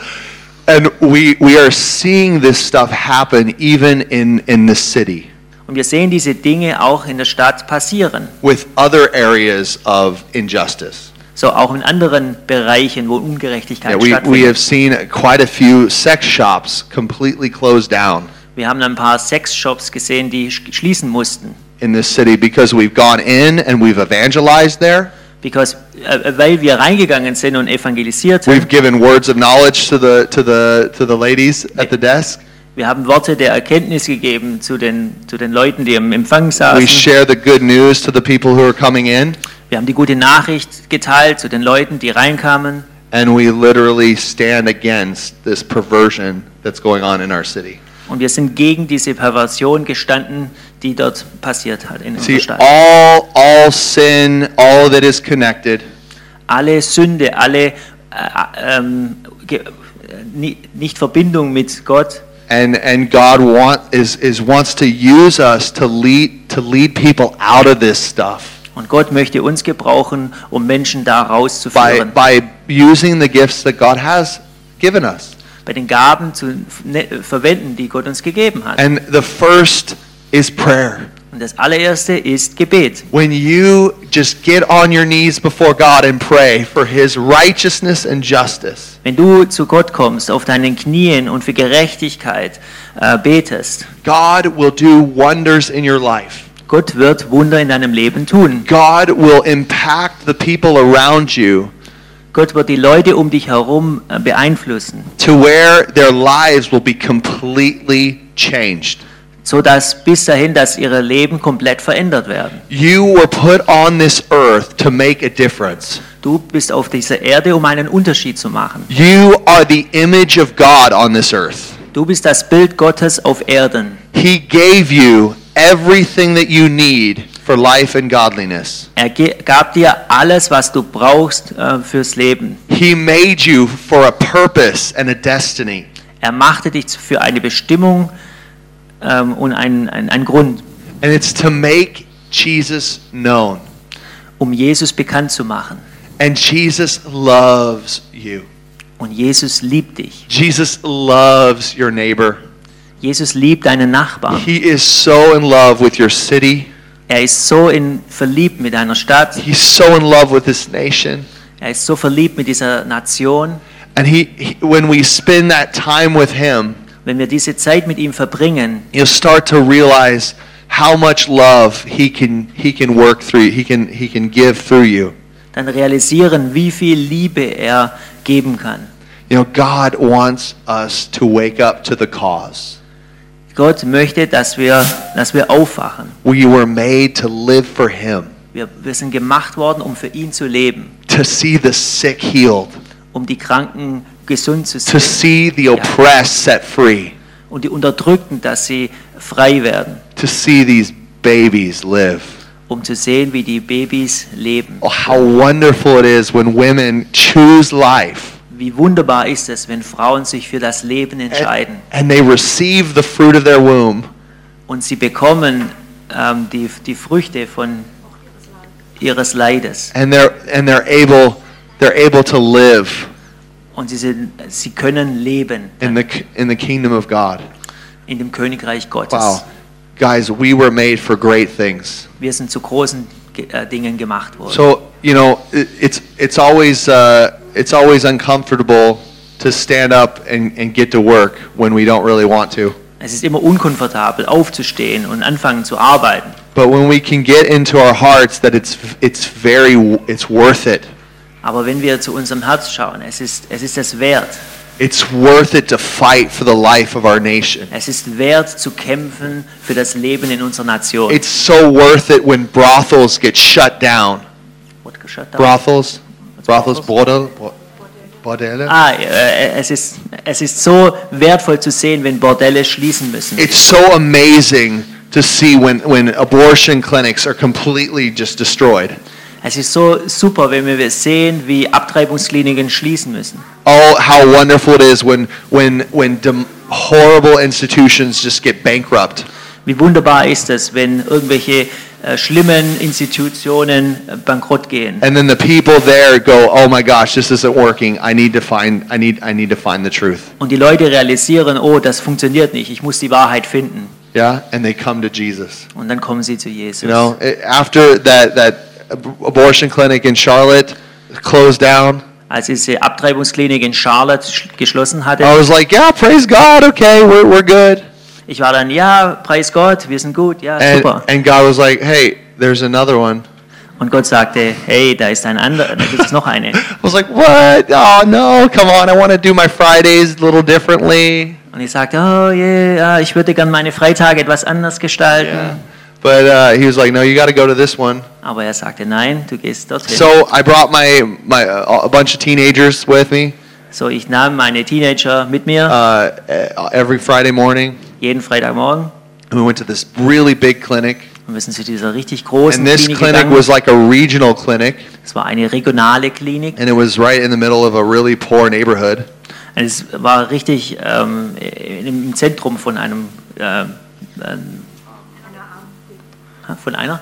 A: And we, we are seeing this stuff happen even in, in the city
C: Und wir sehen diese Dinge auch in der Stadt passieren.
A: with other areas of injustice.
C: So auch in anderen Bereichen, wo Ungerechtigkeit
A: Yeah, we, we
C: stattfindet.
A: have seen quite a few sex shops completely closed down
C: wir haben ein paar Sexshops gesehen, die sch- schließen mussten.
A: in this city because we've gone in and we've evangelized there.
C: Because, äh, weil wir reingegangen sind und evangelisiert haben,
A: We've given words of knowledge to the, to the, to the ladies at the desk.
C: wir haben Worte der Erkenntnis gegeben zu den, zu den Leuten, die im Empfang
A: We
C: saßen.
A: share the good news to the people who are coming in.
C: Wir haben die gute Nachricht geteilt zu den Leuten, die reinkamen.
A: And we literally stand against this perversion that's going on in our city.
C: Und wir sind gegen diese Perversion gestanden, die dort passiert hat in unserer
A: See,
C: Stadt.
A: all, all sin, all that is connected,
C: Alle Sünde, alle äh, ähm, ge- äh, ni- nicht Verbindung mit Gott.
A: and, and God want, is, is, wants to use us to lead, to lead people out of this stuff
C: Und Gott möchte uns gebrauchen, um Menschen da
A: by,
C: rauszuführen.
A: by using the gifts that God has given us.
C: bei den Gaben zu ne, verwenden, die Gott uns gegeben hat.
A: And the first is prayer.
C: Und das allererste ist Gebet.
A: When you just get on your knees before God and pray for his righteousness and justice.
C: Wenn du zu Gott kommst, auf deinen Knien und für Gerechtigkeit äh, betest,
A: God will do wonders in your life.
C: Gott wird Wunder in deinem Leben tun.
A: God will impact the people around you
C: Gott wird die Leute um dich herum äh, beeinflussen,
A: to where their lives will be completely changed.
C: so dass bis dahin, dass ihre Leben komplett verändert werden.
A: You were put on this earth to make a difference.
C: Du bist auf dieser Erde, um einen Unterschied zu machen.
A: You are the image of God on this earth.
C: Du bist das Bild Gottes auf Erden.
A: He gave you everything that you need for life and godliness.
C: Er ge- gab dir alles, was du brauchst äh, fürs Leben.
A: He made you for a purpose and a destiny.
C: Er machte dich für eine Bestimmung ähm, und einen, einen, einen Grund,
A: And it's to make Jesus known.
C: um Jesus bekannt zu machen.
A: And Jesus loves you.
C: Und Jesus liebt dich.
A: Jesus loves your neighbor.
C: Jesus liebt deinen Nachbarn.
A: He is so in love with your city.
C: Er ist so in, verliebt mit deiner Stadt.
A: He's so in love with this nation.
C: Er ist so verliebt mit dieser Nation.
A: And he, he when we spend that time with him,
C: Wenn wir diese Zeit mit ihm verbringen,
A: you'll start to realize how much love he can he can work through you. He can he can give through you.
C: dann realisieren, wie viel Liebe er geben kann.
A: You know, God wants us to wake up to the cause.
C: Gott möchte, dass wir, dass wir aufwachen.
A: We were made to live for him,
C: Wir, wir sind gemacht worden, um für ihn zu leben,
A: to see the sick healed,
C: um die Kranken gesund zu
A: to
C: sehen.
A: see the oppressed set free.
C: und die Unterdrückten, dass sie frei werden,
A: to see these babies live.
C: um zu sehen, wie die Babys leben.
A: Oh, how wonderful it is when women choose life
C: Wie wunderbar ist es, wenn Frauen sich für das Leben entscheiden
A: and, and they receive the fruit of their womb
C: und sie bekommen ähm, die, die Früchte von ihres Leides
A: and they're and they're able they're able to live
C: und sie, sind, sie können leben
A: in the k- in the kingdom of God.
C: in dem Königreich Gottes.
A: Wow. Guys, we were made for great things.
C: Wir sind zu großen Ge- äh, Dingen gemacht worden.
A: So, you know, it, it's it's always uh, it's always uncomfortable to stand up and, and get to work when we don't really want to.
C: Es ist immer unkomfortabel, aufzustehen und anfangen zu arbeiten.
A: But when we can get into our hearts that it's it's very it's worth it.
C: Aber wenn wir zu unserem Herz schauen, es ist, es ist es wert.
A: It's worth it to fight for the life of our nation.
C: Es ist wert zu kämpfen für das Leben in unserer Nation.
A: It's so worth it when brothels get shut down.
C: What geschah da?
A: Brothels, brothels, bordel, bro- bordelle.
C: Ah, äh, es ist, es ist so wertvoll zu sehen, wenn Bordelle schließen müssen.
A: It's so amazing to see when when abortion clinics are completely just destroyed.
C: Es ist so super, wenn wir sehen, wie Abtreibungskliniken schließen müssen.
A: Oh, how wonderful it is when when when dem- horrible institutions just get bankrupt.
C: Wie wunderbar ist es, wenn irgendwelche äh, schlimmen Institutionen äh, bankrott gehen.
A: and then the people there go oh my gosh this isn't working i need to find i need i need to find the truth
C: Und die Leute realisieren, oh, das funktioniert nicht, ich muss die Wahrheit finden.
A: yeah and they come to jesus
C: Und dann kommen sie zu Jesus.
A: you know It- after that that ab- abortion clinic in charlotte closed down
C: Als diese Abtreibungsklinik in Charlotte sch- geschlossen hatte,
A: i was like yeah praise god okay we're, we're good
C: ich war dann, ja, preis Gott, wir sind gut, ja,
A: and,
C: super.
A: and god was like hey there's another one
C: Und Gott sagte, hey, da ist ein anderer, da gibt es noch eine.
A: i was like what oh no come on i want to do my fridays a little differently
C: Und ich sagte, oh yeah, ja, ich würde gern meine Freitage etwas anders gestalten.
A: but uh, he was like no you got to go to this one
C: Aber er sagte, nein, du gehst dorthin. So,
A: so i brought my my uh, a bunch of teenagers with me
C: ich nahm meine Teenager mit mir,
A: uh, every Friday morning.
C: jeden Freitagmorgen.
A: And we went to this really big clinic,
C: Und wir sind zu dieser richtig großen
A: and this
C: Klinik
A: clinic
C: gegangen.
A: was like a regional clinic,
C: Es war eine regionale Klinik.
A: and it was right in the middle of a really poor neighborhood.
C: Es war richtig ähm, im Zentrum von einem... Ähm, ähm, ha, von einer?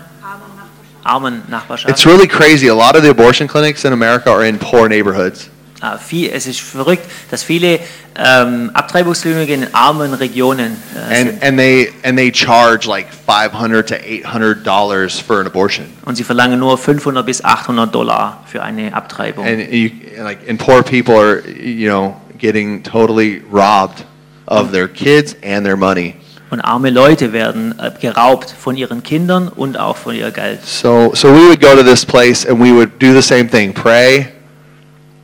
C: Armen Nachbarschaft.
A: It's really crazy. A lot of the abortion clinics in America are in poor neighborhoods.
C: Ah, viel, es ist verrückt, dass viele ähm, Abtreibungskliniken in armen Regionen äh, sind.
A: And, and they and they charge like 500 to 800 dollars for an abortion,
C: Und sie verlangen nur 500 bis 800 Dollar für eine Abtreibung.
A: and you and like and poor people are you know getting totally robbed of their kids and their money.
C: Und arme Leute werden äh, geraubt von ihren Kindern und auch von ihr Geld.
A: So so we would go to this place and we would do the same thing: pray,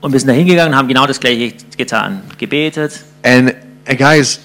C: Und wir sind da hingegangen und haben genau das Gleiche getan. Gebetet.
A: And, and guys,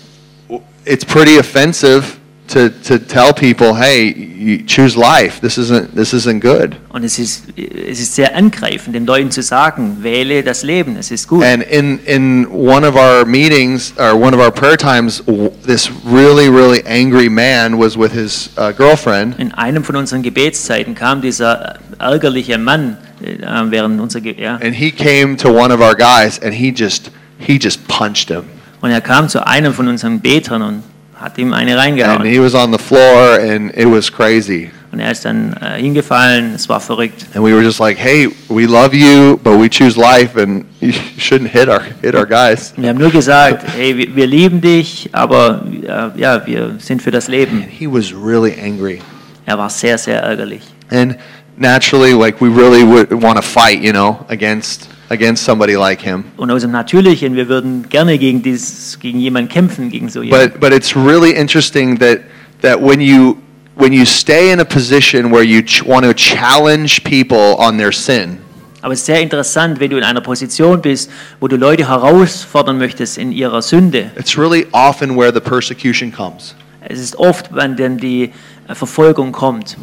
A: w- it's pretty offensive to, to tell people, hey, you choose life. This isn't, this isn't good.
C: Und es ist, es ist sehr angreifend, den Leuten zu sagen, wähle das Leben, es ist gut.
A: And in, in one of our meetings, or one of our prayer times, w- this really, really angry man was with his uh, girlfriend.
C: In einem von unseren Gebetszeiten kam dieser ärgerliche Mann äh, während unserer Ge ja.
A: And he came to one of our guys and he just, he just punched him.
C: und er kam zu einem von unseren Betern und hat ihm eine
A: And
C: reingehauen.
A: he was on the floor and it was crazy.
C: Und er ist dann äh, hingefallen, es war verrückt.
A: And we were just like, hey, we love you, but we choose life and you shouldn't hit our, hit our guys.
C: Wir haben nur gesagt, hey, wir, wir lieben dich, aber äh, ja, wir sind für das Leben.
A: He was really angry.
C: Er war sehr, sehr ärgerlich.
A: And naturally, like we really would want to fight, you know, against against somebody like him.
C: Und aus dem Natürlichen, wir würden gerne gegen, dieses, gegen jemanden kämpfen, gegen so jemanden.
A: But but it's really interesting that that when you when you stay in a position where you ch- want to challenge people on their sin,
C: Aber es ist sehr interessant, wenn du in einer Position bist, wo du Leute herausfordern möchtest in ihrer Sünde.
A: it's really often where the persecution comes.
C: Es ist oft, wenn dann die äh, Verfolgung kommt.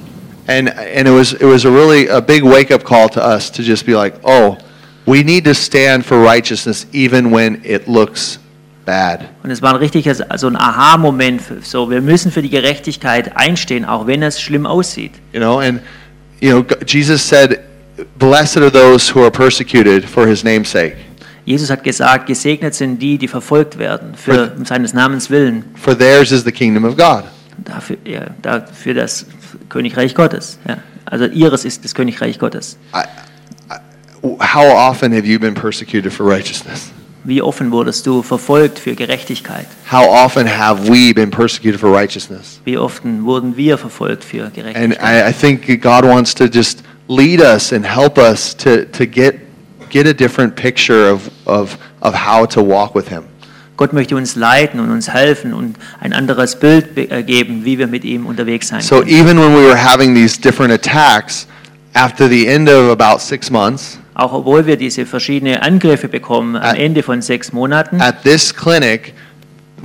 A: And and it was it was a really a big wake up call to us to just be like, oh, we need to stand for righteousness even when it looks bad.
C: Und es war ein richtiger, so ein Aha-Moment. So, wir müssen für die Gerechtigkeit einstehen, auch wenn es schlimm aussieht.
A: You know, and you know, G- Jesus said, "Blessed are those who are persecuted for His name's sake,
C: Jesus hat gesagt, gesegnet sind die, die verfolgt werden, für um seines Namens willen,
A: for theirs is the kingdom of God."
C: dafür, ja, dafür das Königreich Gottes. Ja. Also ihres ist das Königreich Gottes.
A: W- How often have you been persecuted for righteousness?
C: Wie offen wurdest du verfolgt für Gerechtigkeit?
A: How often have we been persecuted for righteousness?
C: Wie oft wurden wir verfolgt für Gerechtigkeit?
A: And I, I think God wants to just lead us and help us to, to get get a different picture of, of of how to walk with Him.
C: Gott möchte uns leiten und uns helfen und ein anderes Bild be- äh, geben, wie wir mit ihm unterwegs sein
A: So
C: können.
A: even when we were having these different attacks, after the end of about six months,
C: Auch obwohl wir diese verschiedenen Angriffe bekommen am
A: Ä-
C: Ende von sechs Monaten,
A: at this clinic,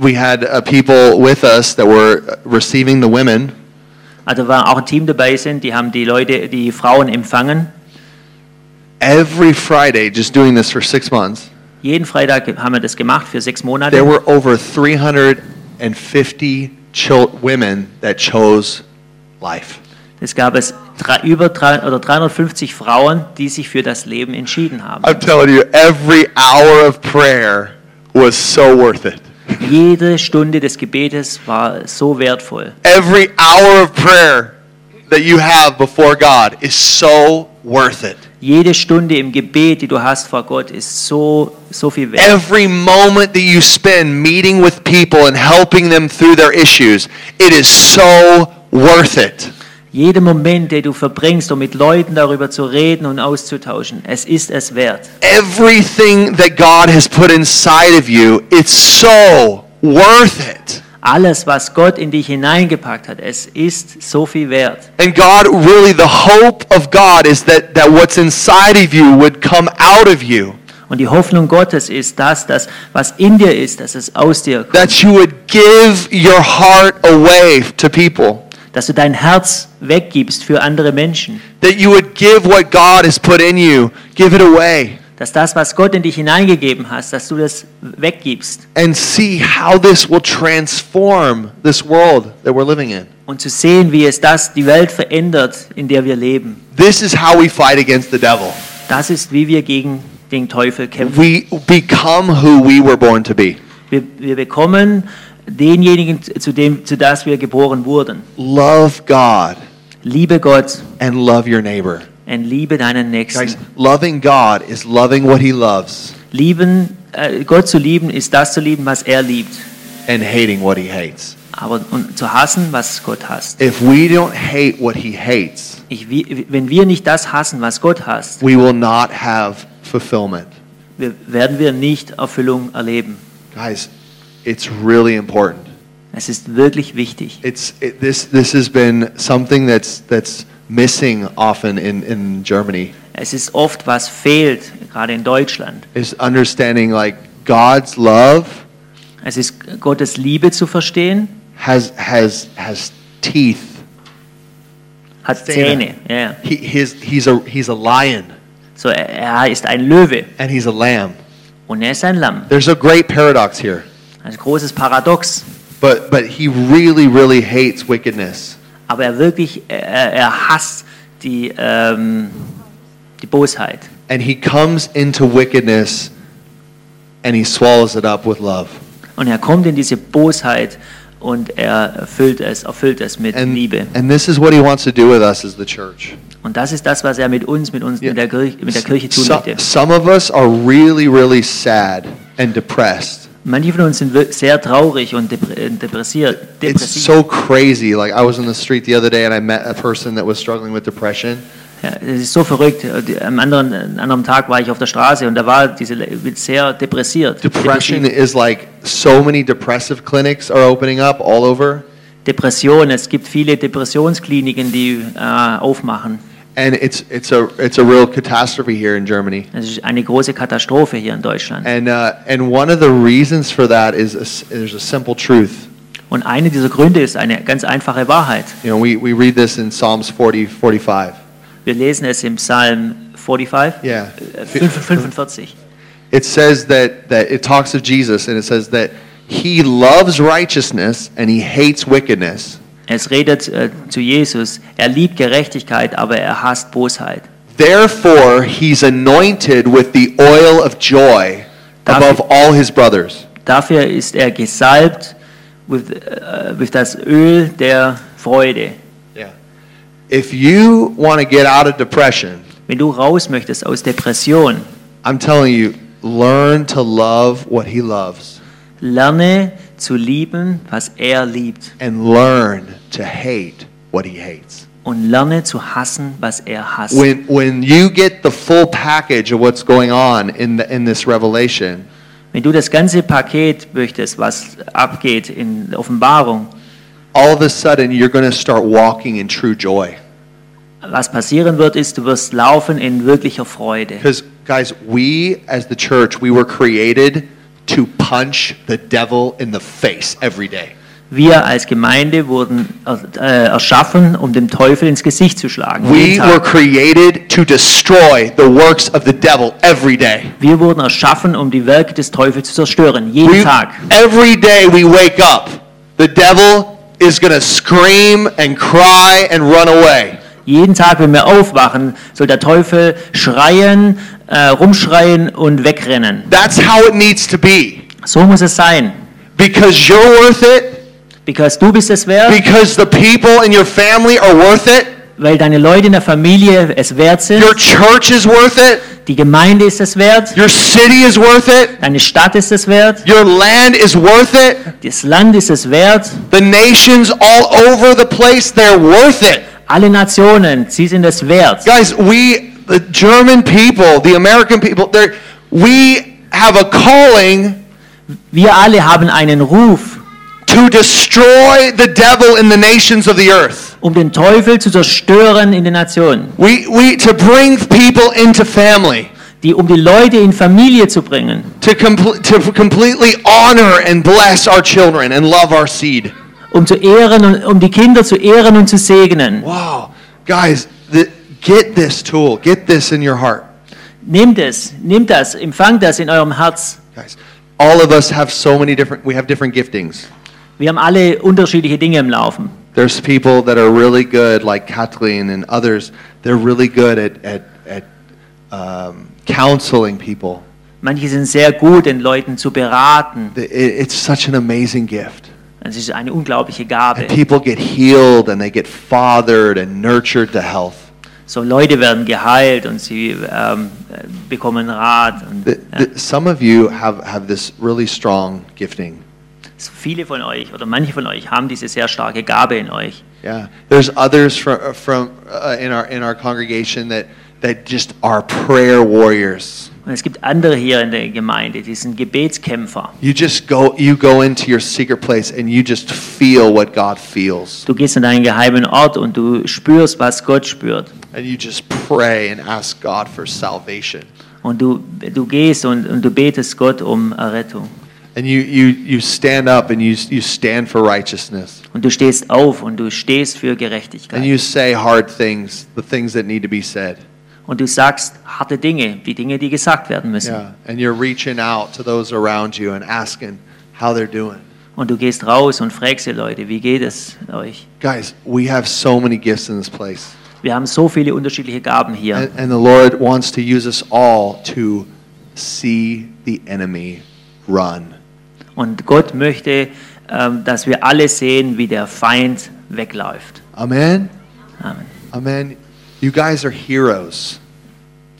A: we had uh, people with us that were receiving the women,
C: also war auch ein Team dabei sind, die haben die Leute, die Frauen empfangen.
A: every Friday, just doing this for six months,
C: Jeden Freitag haben wir das gemacht für sechs
A: there
C: Monate.
A: were over 350 chil- women that chose life.
C: Es gab es drei, über drei, oder 350 Frauen, die sich für das Leben entschieden haben.
A: I'm telling you, every hour of prayer was so worth it.
C: Jede Stunde des Gebetes war so wertvoll.
A: Every hour of prayer that you have before God is so worth it.
C: Jede Stunde im Gebet, die du hast vor Gott, ist so, so viel wert.
A: Every moment that you spend meeting with people and helping them through their issues, it is so worth it.
C: Jeder Moment, den du verbringst, um mit Leuten darüber zu reden und auszutauschen, es ist es wert.
A: Everything that God has put inside of you, it's so worth it.
C: Alles, was Gott in dich hineingepackt hat, es ist so viel wert.
A: And God, really, the hope of God is that, that what's inside of you would come out of you,
C: Und die Hoffnung Gottes ist das, dass was in dir ist, dass es aus dir kommt.
A: that you would give your heart away to people,
C: dass du dein Herz weggibst für andere Menschen,
A: that you would give what God has put in you, give it away,
C: dass das, was Gott in dich hineingegeben hast, dass du das weggibst
A: and see how this will transform this world that we're living in.
C: und um zu sehen, wie es das die Welt verändert, in der wir leben.
A: This is how we fight against the devil.
C: Das ist, wie wir gegen den Teufel kämpfen.
A: We become who we were born to be
C: Wir, wir bekommen denjenigen, zu dem, zu das wir geboren wurden.
A: love God
C: Liebe Gott
A: and love your neighbor.
C: und liebe deinen
A: Guys,
C: Nächsten.
A: loving God is loving what he loves
C: Lieben, äh, Gott zu lieben ist das zu lieben, was er liebt,
A: and hating what he hates.
C: aber und zu hassen, was Gott hasst.
A: If we don't hate what he hates,
C: Ich, wie- wenn wir nicht das hassen, was Gott hasst,
A: we will not have fulfillment.
C: wir, werden wir nicht Erfüllung erleben.
A: Guys, it's really important.
C: Es ist wirklich wichtig.
A: It's it, this this has been something that's that's missing often in in Germany
C: Es ist oft was fehlt, gerade in Deutschland.
A: is understanding like God's love
C: Es ist Gottes Liebe zu verstehen,
A: has has has teeth.
C: hat
A: Zähne.
C: Zähne. Ja, Ja.
A: He his he's a he's a lion
C: So, er- er ist ein Löwe
A: and he's a lamb.
C: und er ist ein Lamm.
A: There's a great paradox here.
C: Ein großes Paradox.
A: But but he really really hates wickedness.
C: Aber er wirklich, er, er hasst die, ähm, die Bosheit.
A: And he comes into wickedness and he swallows it up with love.
C: Und er kommt in diese Bosheit und er erfüllt es, erfüllt es mit
A: And,
C: Liebe.
A: and this is what he wants to do with us as the church.
C: Und das ist das, was er mit uns, mit uns, mit, der Kirche, mit der Kirche tun
A: So-
C: möchte.
A: some of us are really, really sad and depressed.
C: Manche von uns sind wir- sehr traurig und depre- äh, depressiert.
A: It's
C: depressiv.
A: so crazy. Like I was in the street the other day and I met a person that was struggling with depression.
C: ja, es ist so verrückt. Die- Am anderen, an anderem Tag war ich auf der Straße und da war diese Le- sehr depressiert.
A: Depression
C: Depressiv.
A: is like so many depressive clinics are opening up all over,
C: Depression. Es gibt viele Depressionskliniken, die äh, aufmachen.
A: and it's it's a it's a real catastrophe here in Germany.
C: Das ist eine große Katastrophe hier in Deutschland.
A: And uh, and one of the reasons for that is a s there's a simple truth.
C: Und einer dieser Gründe ist eine ganz einfache Wahrheit.
A: You know, we, we read this in Psalms 40, 45.
C: Wir lesen es im Psalm 45,
A: Yeah.
C: äh, 45.
A: It says that, that it talks of Jesus and it says that he loves righteousness and he hates wickedness.
C: Es redet äh, zu Jesus. Er liebt Gerechtigkeit, aber er hasst Bosheit.
A: Therefore, he's anointed with the oil of joy above all his brothers.
C: Dafür ist er gesalbt with, äh, with das Öl der Freude.
A: Yeah. If you want to get out of depression,
C: Wenn du raus möchtest aus Depression,
A: I'm telling you, learn to love what he loves
C: lerne zu lieben, was er liebt.
A: and learn to hate what he hates.
C: Und lerne zu hassen, was er hasst.
A: When, when you get the full package of what's going on in, the, in this revelation,
C: Wenn du das ganze Paket möchtest, was abgeht in der Offenbarung,
A: all of a sudden you're going to start walking in true joy.
C: was passieren wird, ist, du wirst laufen in wirklicher Freude.
A: Because, guys, we as the church, we were created to punch the devil in the face every day.
C: Wir als Gemeinde wurden äh, erschaffen, um dem Teufel ins Gesicht zu schlagen.
A: We
C: Jeden Tag.
A: were created to destroy the works of the devil every day.
C: Wir wurden erschaffen, um die Werke des Teufels zu zerstören, jeden
A: We-
C: Tag.
A: every day we wake up, the devil is going to scream and cry and run away.
C: Jeden Tag, wenn wir aufwachen, soll der Teufel schreien, äh, rumschreien und wegrennen.
A: That's how it needs to be.
C: So muss es sein.
A: Because you're worth it,
C: Because du bist es wert,
A: because the people in your family are worth it,
C: weil deine Leute in der Familie es wert sind,
A: your church is worth it,
C: die Gemeinde ist es wert,
A: your city is worth it,
C: deine Stadt ist es wert,
A: your land is worth it,
C: das Land ist es wert,
A: the nations all over the place, they're worth it.
C: alle Nationen, sie sind es wert.
A: Guys, we, the German people, the American people, they're, we have a calling
C: Wir alle haben einen Ruf,
A: to destroy the devil in the nations of the earth.
C: um den Teufel zu zerstören in den Nationen,
A: We, we, to bring people into family,
C: die, um die Leute in Familie zu bringen,
A: to, compl- to completely honor and bless our children and love our seed.
C: um zu ehren und um die Kinder zu ehren und zu segnen.
A: Wow. Guys, the, get this tool, get this in your heart.
C: Nehmt es, nehmt das, empfangt das in eurem Herz.
A: Guys, all of us have so many different, we have different giftings.
C: Wir haben alle unterschiedliche Dinge im Laufen.
A: There's people that are really good, like Kathleen and others. They're really good at, at, at um, counseling people.
C: Manche sind sehr gut, den Leuten zu beraten.
A: The- it- It's such an amazing gift.
C: Das ist eine unglaubliche
A: And
C: Gabe.
A: people get healed and they get fathered and nurtured to health.
C: So Leute werden geheilt und sie ähm, äh, bekommen Rat. Und,
A: The,
C: ja,
A: the, some of you have, have this really strong gifting.
C: viele von euch oder manche von euch haben diese sehr starke Gabe in euch.
A: Yeah. There's others from, from uh, in, our, in our congregation that, that just are prayer warriors.
C: Und es gibt andere hier in der Gemeinde, die sind Gebetskämpfer.
A: You just go you go into your secret place and you just feel what God feels.
C: Du gehst in deinen geheimen Ort und du spürst, was Gott spürt.
A: And you just pray and ask God for salvation.
C: Und du, du gehst und, und du betest Gott um Errettung.
A: And you you you stand up and you you stand for righteousness.
C: Und du stehst auf und du stehst für Gerechtigkeit.
A: And you say hard things, the things that need to be said.
C: und du sagst harte Dinge, die Dinge, die gesagt werden müssen.
A: Yeah. And you're reaching out to those around you and asking how they're doing.
C: Und du gehst raus und fragst die Leute, wie geht es euch?
A: Guys, we have so many gifts in this place.
C: Wir haben so viele unterschiedliche Gaben hier.
A: And, and the Lord wants to use us all to see the enemy run.
C: Und Gott möchte, ähm, dass wir alle sehen, wie der Feind wegläuft.
A: Amen.
C: Amen.
A: Amen. You guys are heroes.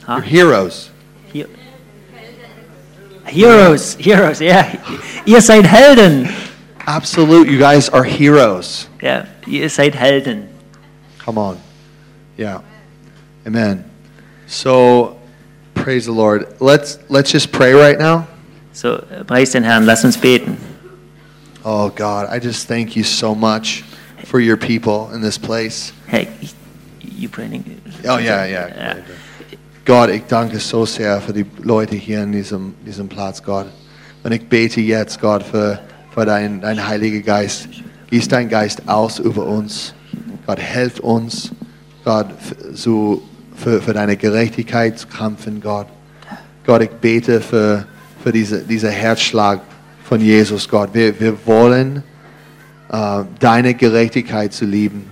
C: Huh?
A: You're heroes.
C: Hier. Heroes, Heroes, ja. Ihr seid Helden.
A: Absolute. You guys are heroes.
C: Ja, ihr seid Helden.
A: Come on. Yeah. Amen. So, praise the Lord. Let's let's just pray right now.
C: So, äh, preis den Herrn, lass uns beten.
A: Oh God, I just thank you so much for your people in this place.
C: Hey, ich- you praying?
A: Oh ja, ja.
C: Ja.
A: Gott, ich danke so sehr für die Leute hier in diesem, diesem Platz, Gott. Und ich bete jetzt, Gott, für, für deinen dein Heiligen Geist. Gieß deinen Geist aus über uns. Gott, helft uns, Gott, f- so für, für deine Gerechtigkeit zu kämpfen, Gott. Gott, ich bete für, für diese, diesen Herzschlag von Jesus, Gott. Wir, wir wollen äh, deine Gerechtigkeit zu lieben.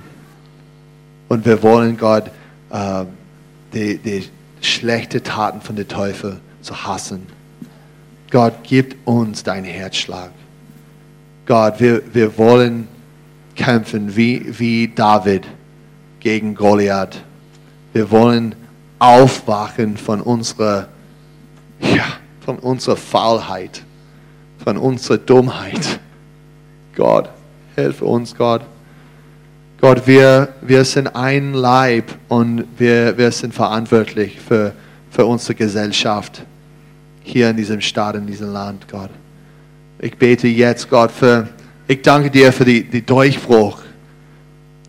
A: Und wir wollen Gott ähm, die, die schlechten Taten von der Teufel zu hassen. Gott, gib uns deinen Herzschlag. Gott, wir, wir wollen kämpfen wie, wie David gegen Goliath. Wir wollen aufwachen von unserer, ja, von unserer Faulheit, von unserer Dummheit. Gott, hilf uns, Gott. Gott, wir, wir sind ein Leib und wir, wir sind verantwortlich für, für unsere Gesellschaft. hier in diesem Staat, in diesem Land, Gott. Ich bete jetzt, Gott, für, ich danke dir für die, die Durchbruch.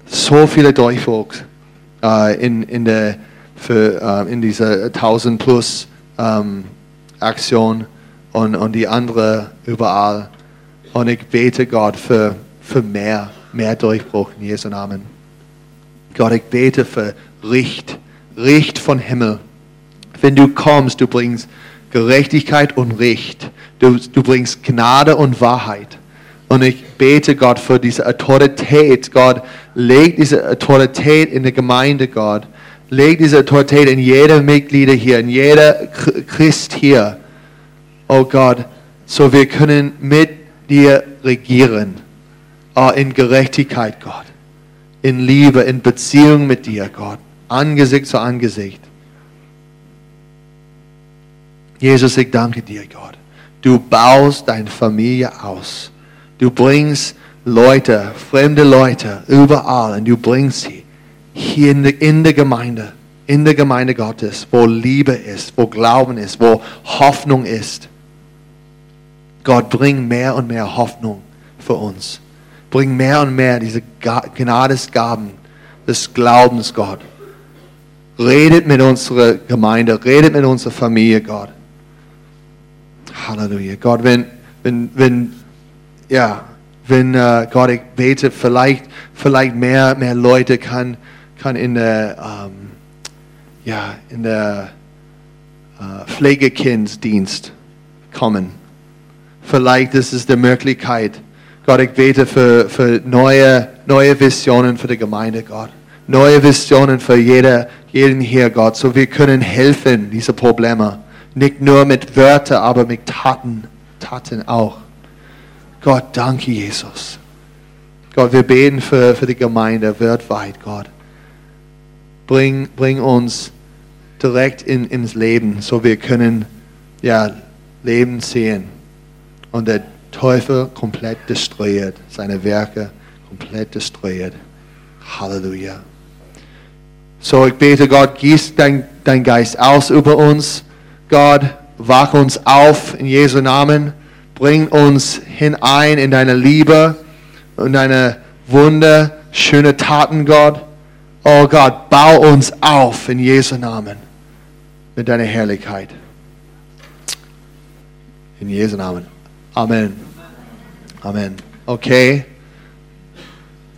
A: So viele Durchbruch äh, in, in, der, für, äh, in dieser 1000 plus ähm, Aktion und, und die andere überall. Und ich bete, Gott, für, für mehr, mehr Durchbruch in Jesu Namen. Gott, ich bete für Richt, Richt von Himmel. Wenn du kommst, du bringst Gerechtigkeit und Recht. Du, du bringst Gnade und Wahrheit. Und ich bete Gott für diese Autorität. Gott, leg diese Autorität in der Gemeinde, Gott. Leg diese Autorität in jeder Mitglieder hier, in jeder Ch- Christ hier. Oh Gott, so wir können mit dir regieren. Ah, in Gerechtigkeit, Gott. In Liebe, in Beziehung mit dir, Gott. Angesicht zu Angesicht. Jesus, ich danke dir, Gott. Du baust deine Familie aus. Du bringst Leute, fremde Leute, überall und du bringst sie hier in der, in der Gemeinde, in der Gemeinde Gottes, wo Liebe ist, wo Glauben ist, wo Hoffnung ist. Gott, bring mehr und mehr Hoffnung für uns. Bring mehr und mehr diese Ga- Gnadesgaben des Glaubens, Gott. Redet mit unserer Gemeinde, redet mit unserer Familie, Gott. Halleluja. Gott, wenn, wenn, wenn, ja, wenn äh, Gott, ich bete, vielleicht, vielleicht mehr, mehr Leute kann, kann in der, ähm, ja, in der äh, Pflegekindsdienst kommen vielleicht ist es die Möglichkeit. Gott, ich bete für, für neue, neue Visionen für die Gemeinde, Gott. Neue Visionen für jeder, jeden hier, Gott. So wir können helfen, diese Probleme. Nicht nur mit Wörtern, aber mit Taten. Taten auch. Gott, danke, Jesus. Gott, wir beten für, für die Gemeinde weltweit, Gott. Bring, bring uns direkt in, ins Leben, so wir können ja, Leben sehen und der Teufel komplett destruiert, seine Werke komplett destruiert. Halleluja. So, ich bete, Gott, gieß dein, dein Geist aus über uns. Gott, wach uns auf in Jesu Namen. Bring uns hinein in deine Liebe und deine Wunder, schöne Taten, Gott. Oh Gott, bau uns auf in Jesu Namen mit deiner Herrlichkeit. In Jesu Namen. Amen. Amen. Okay.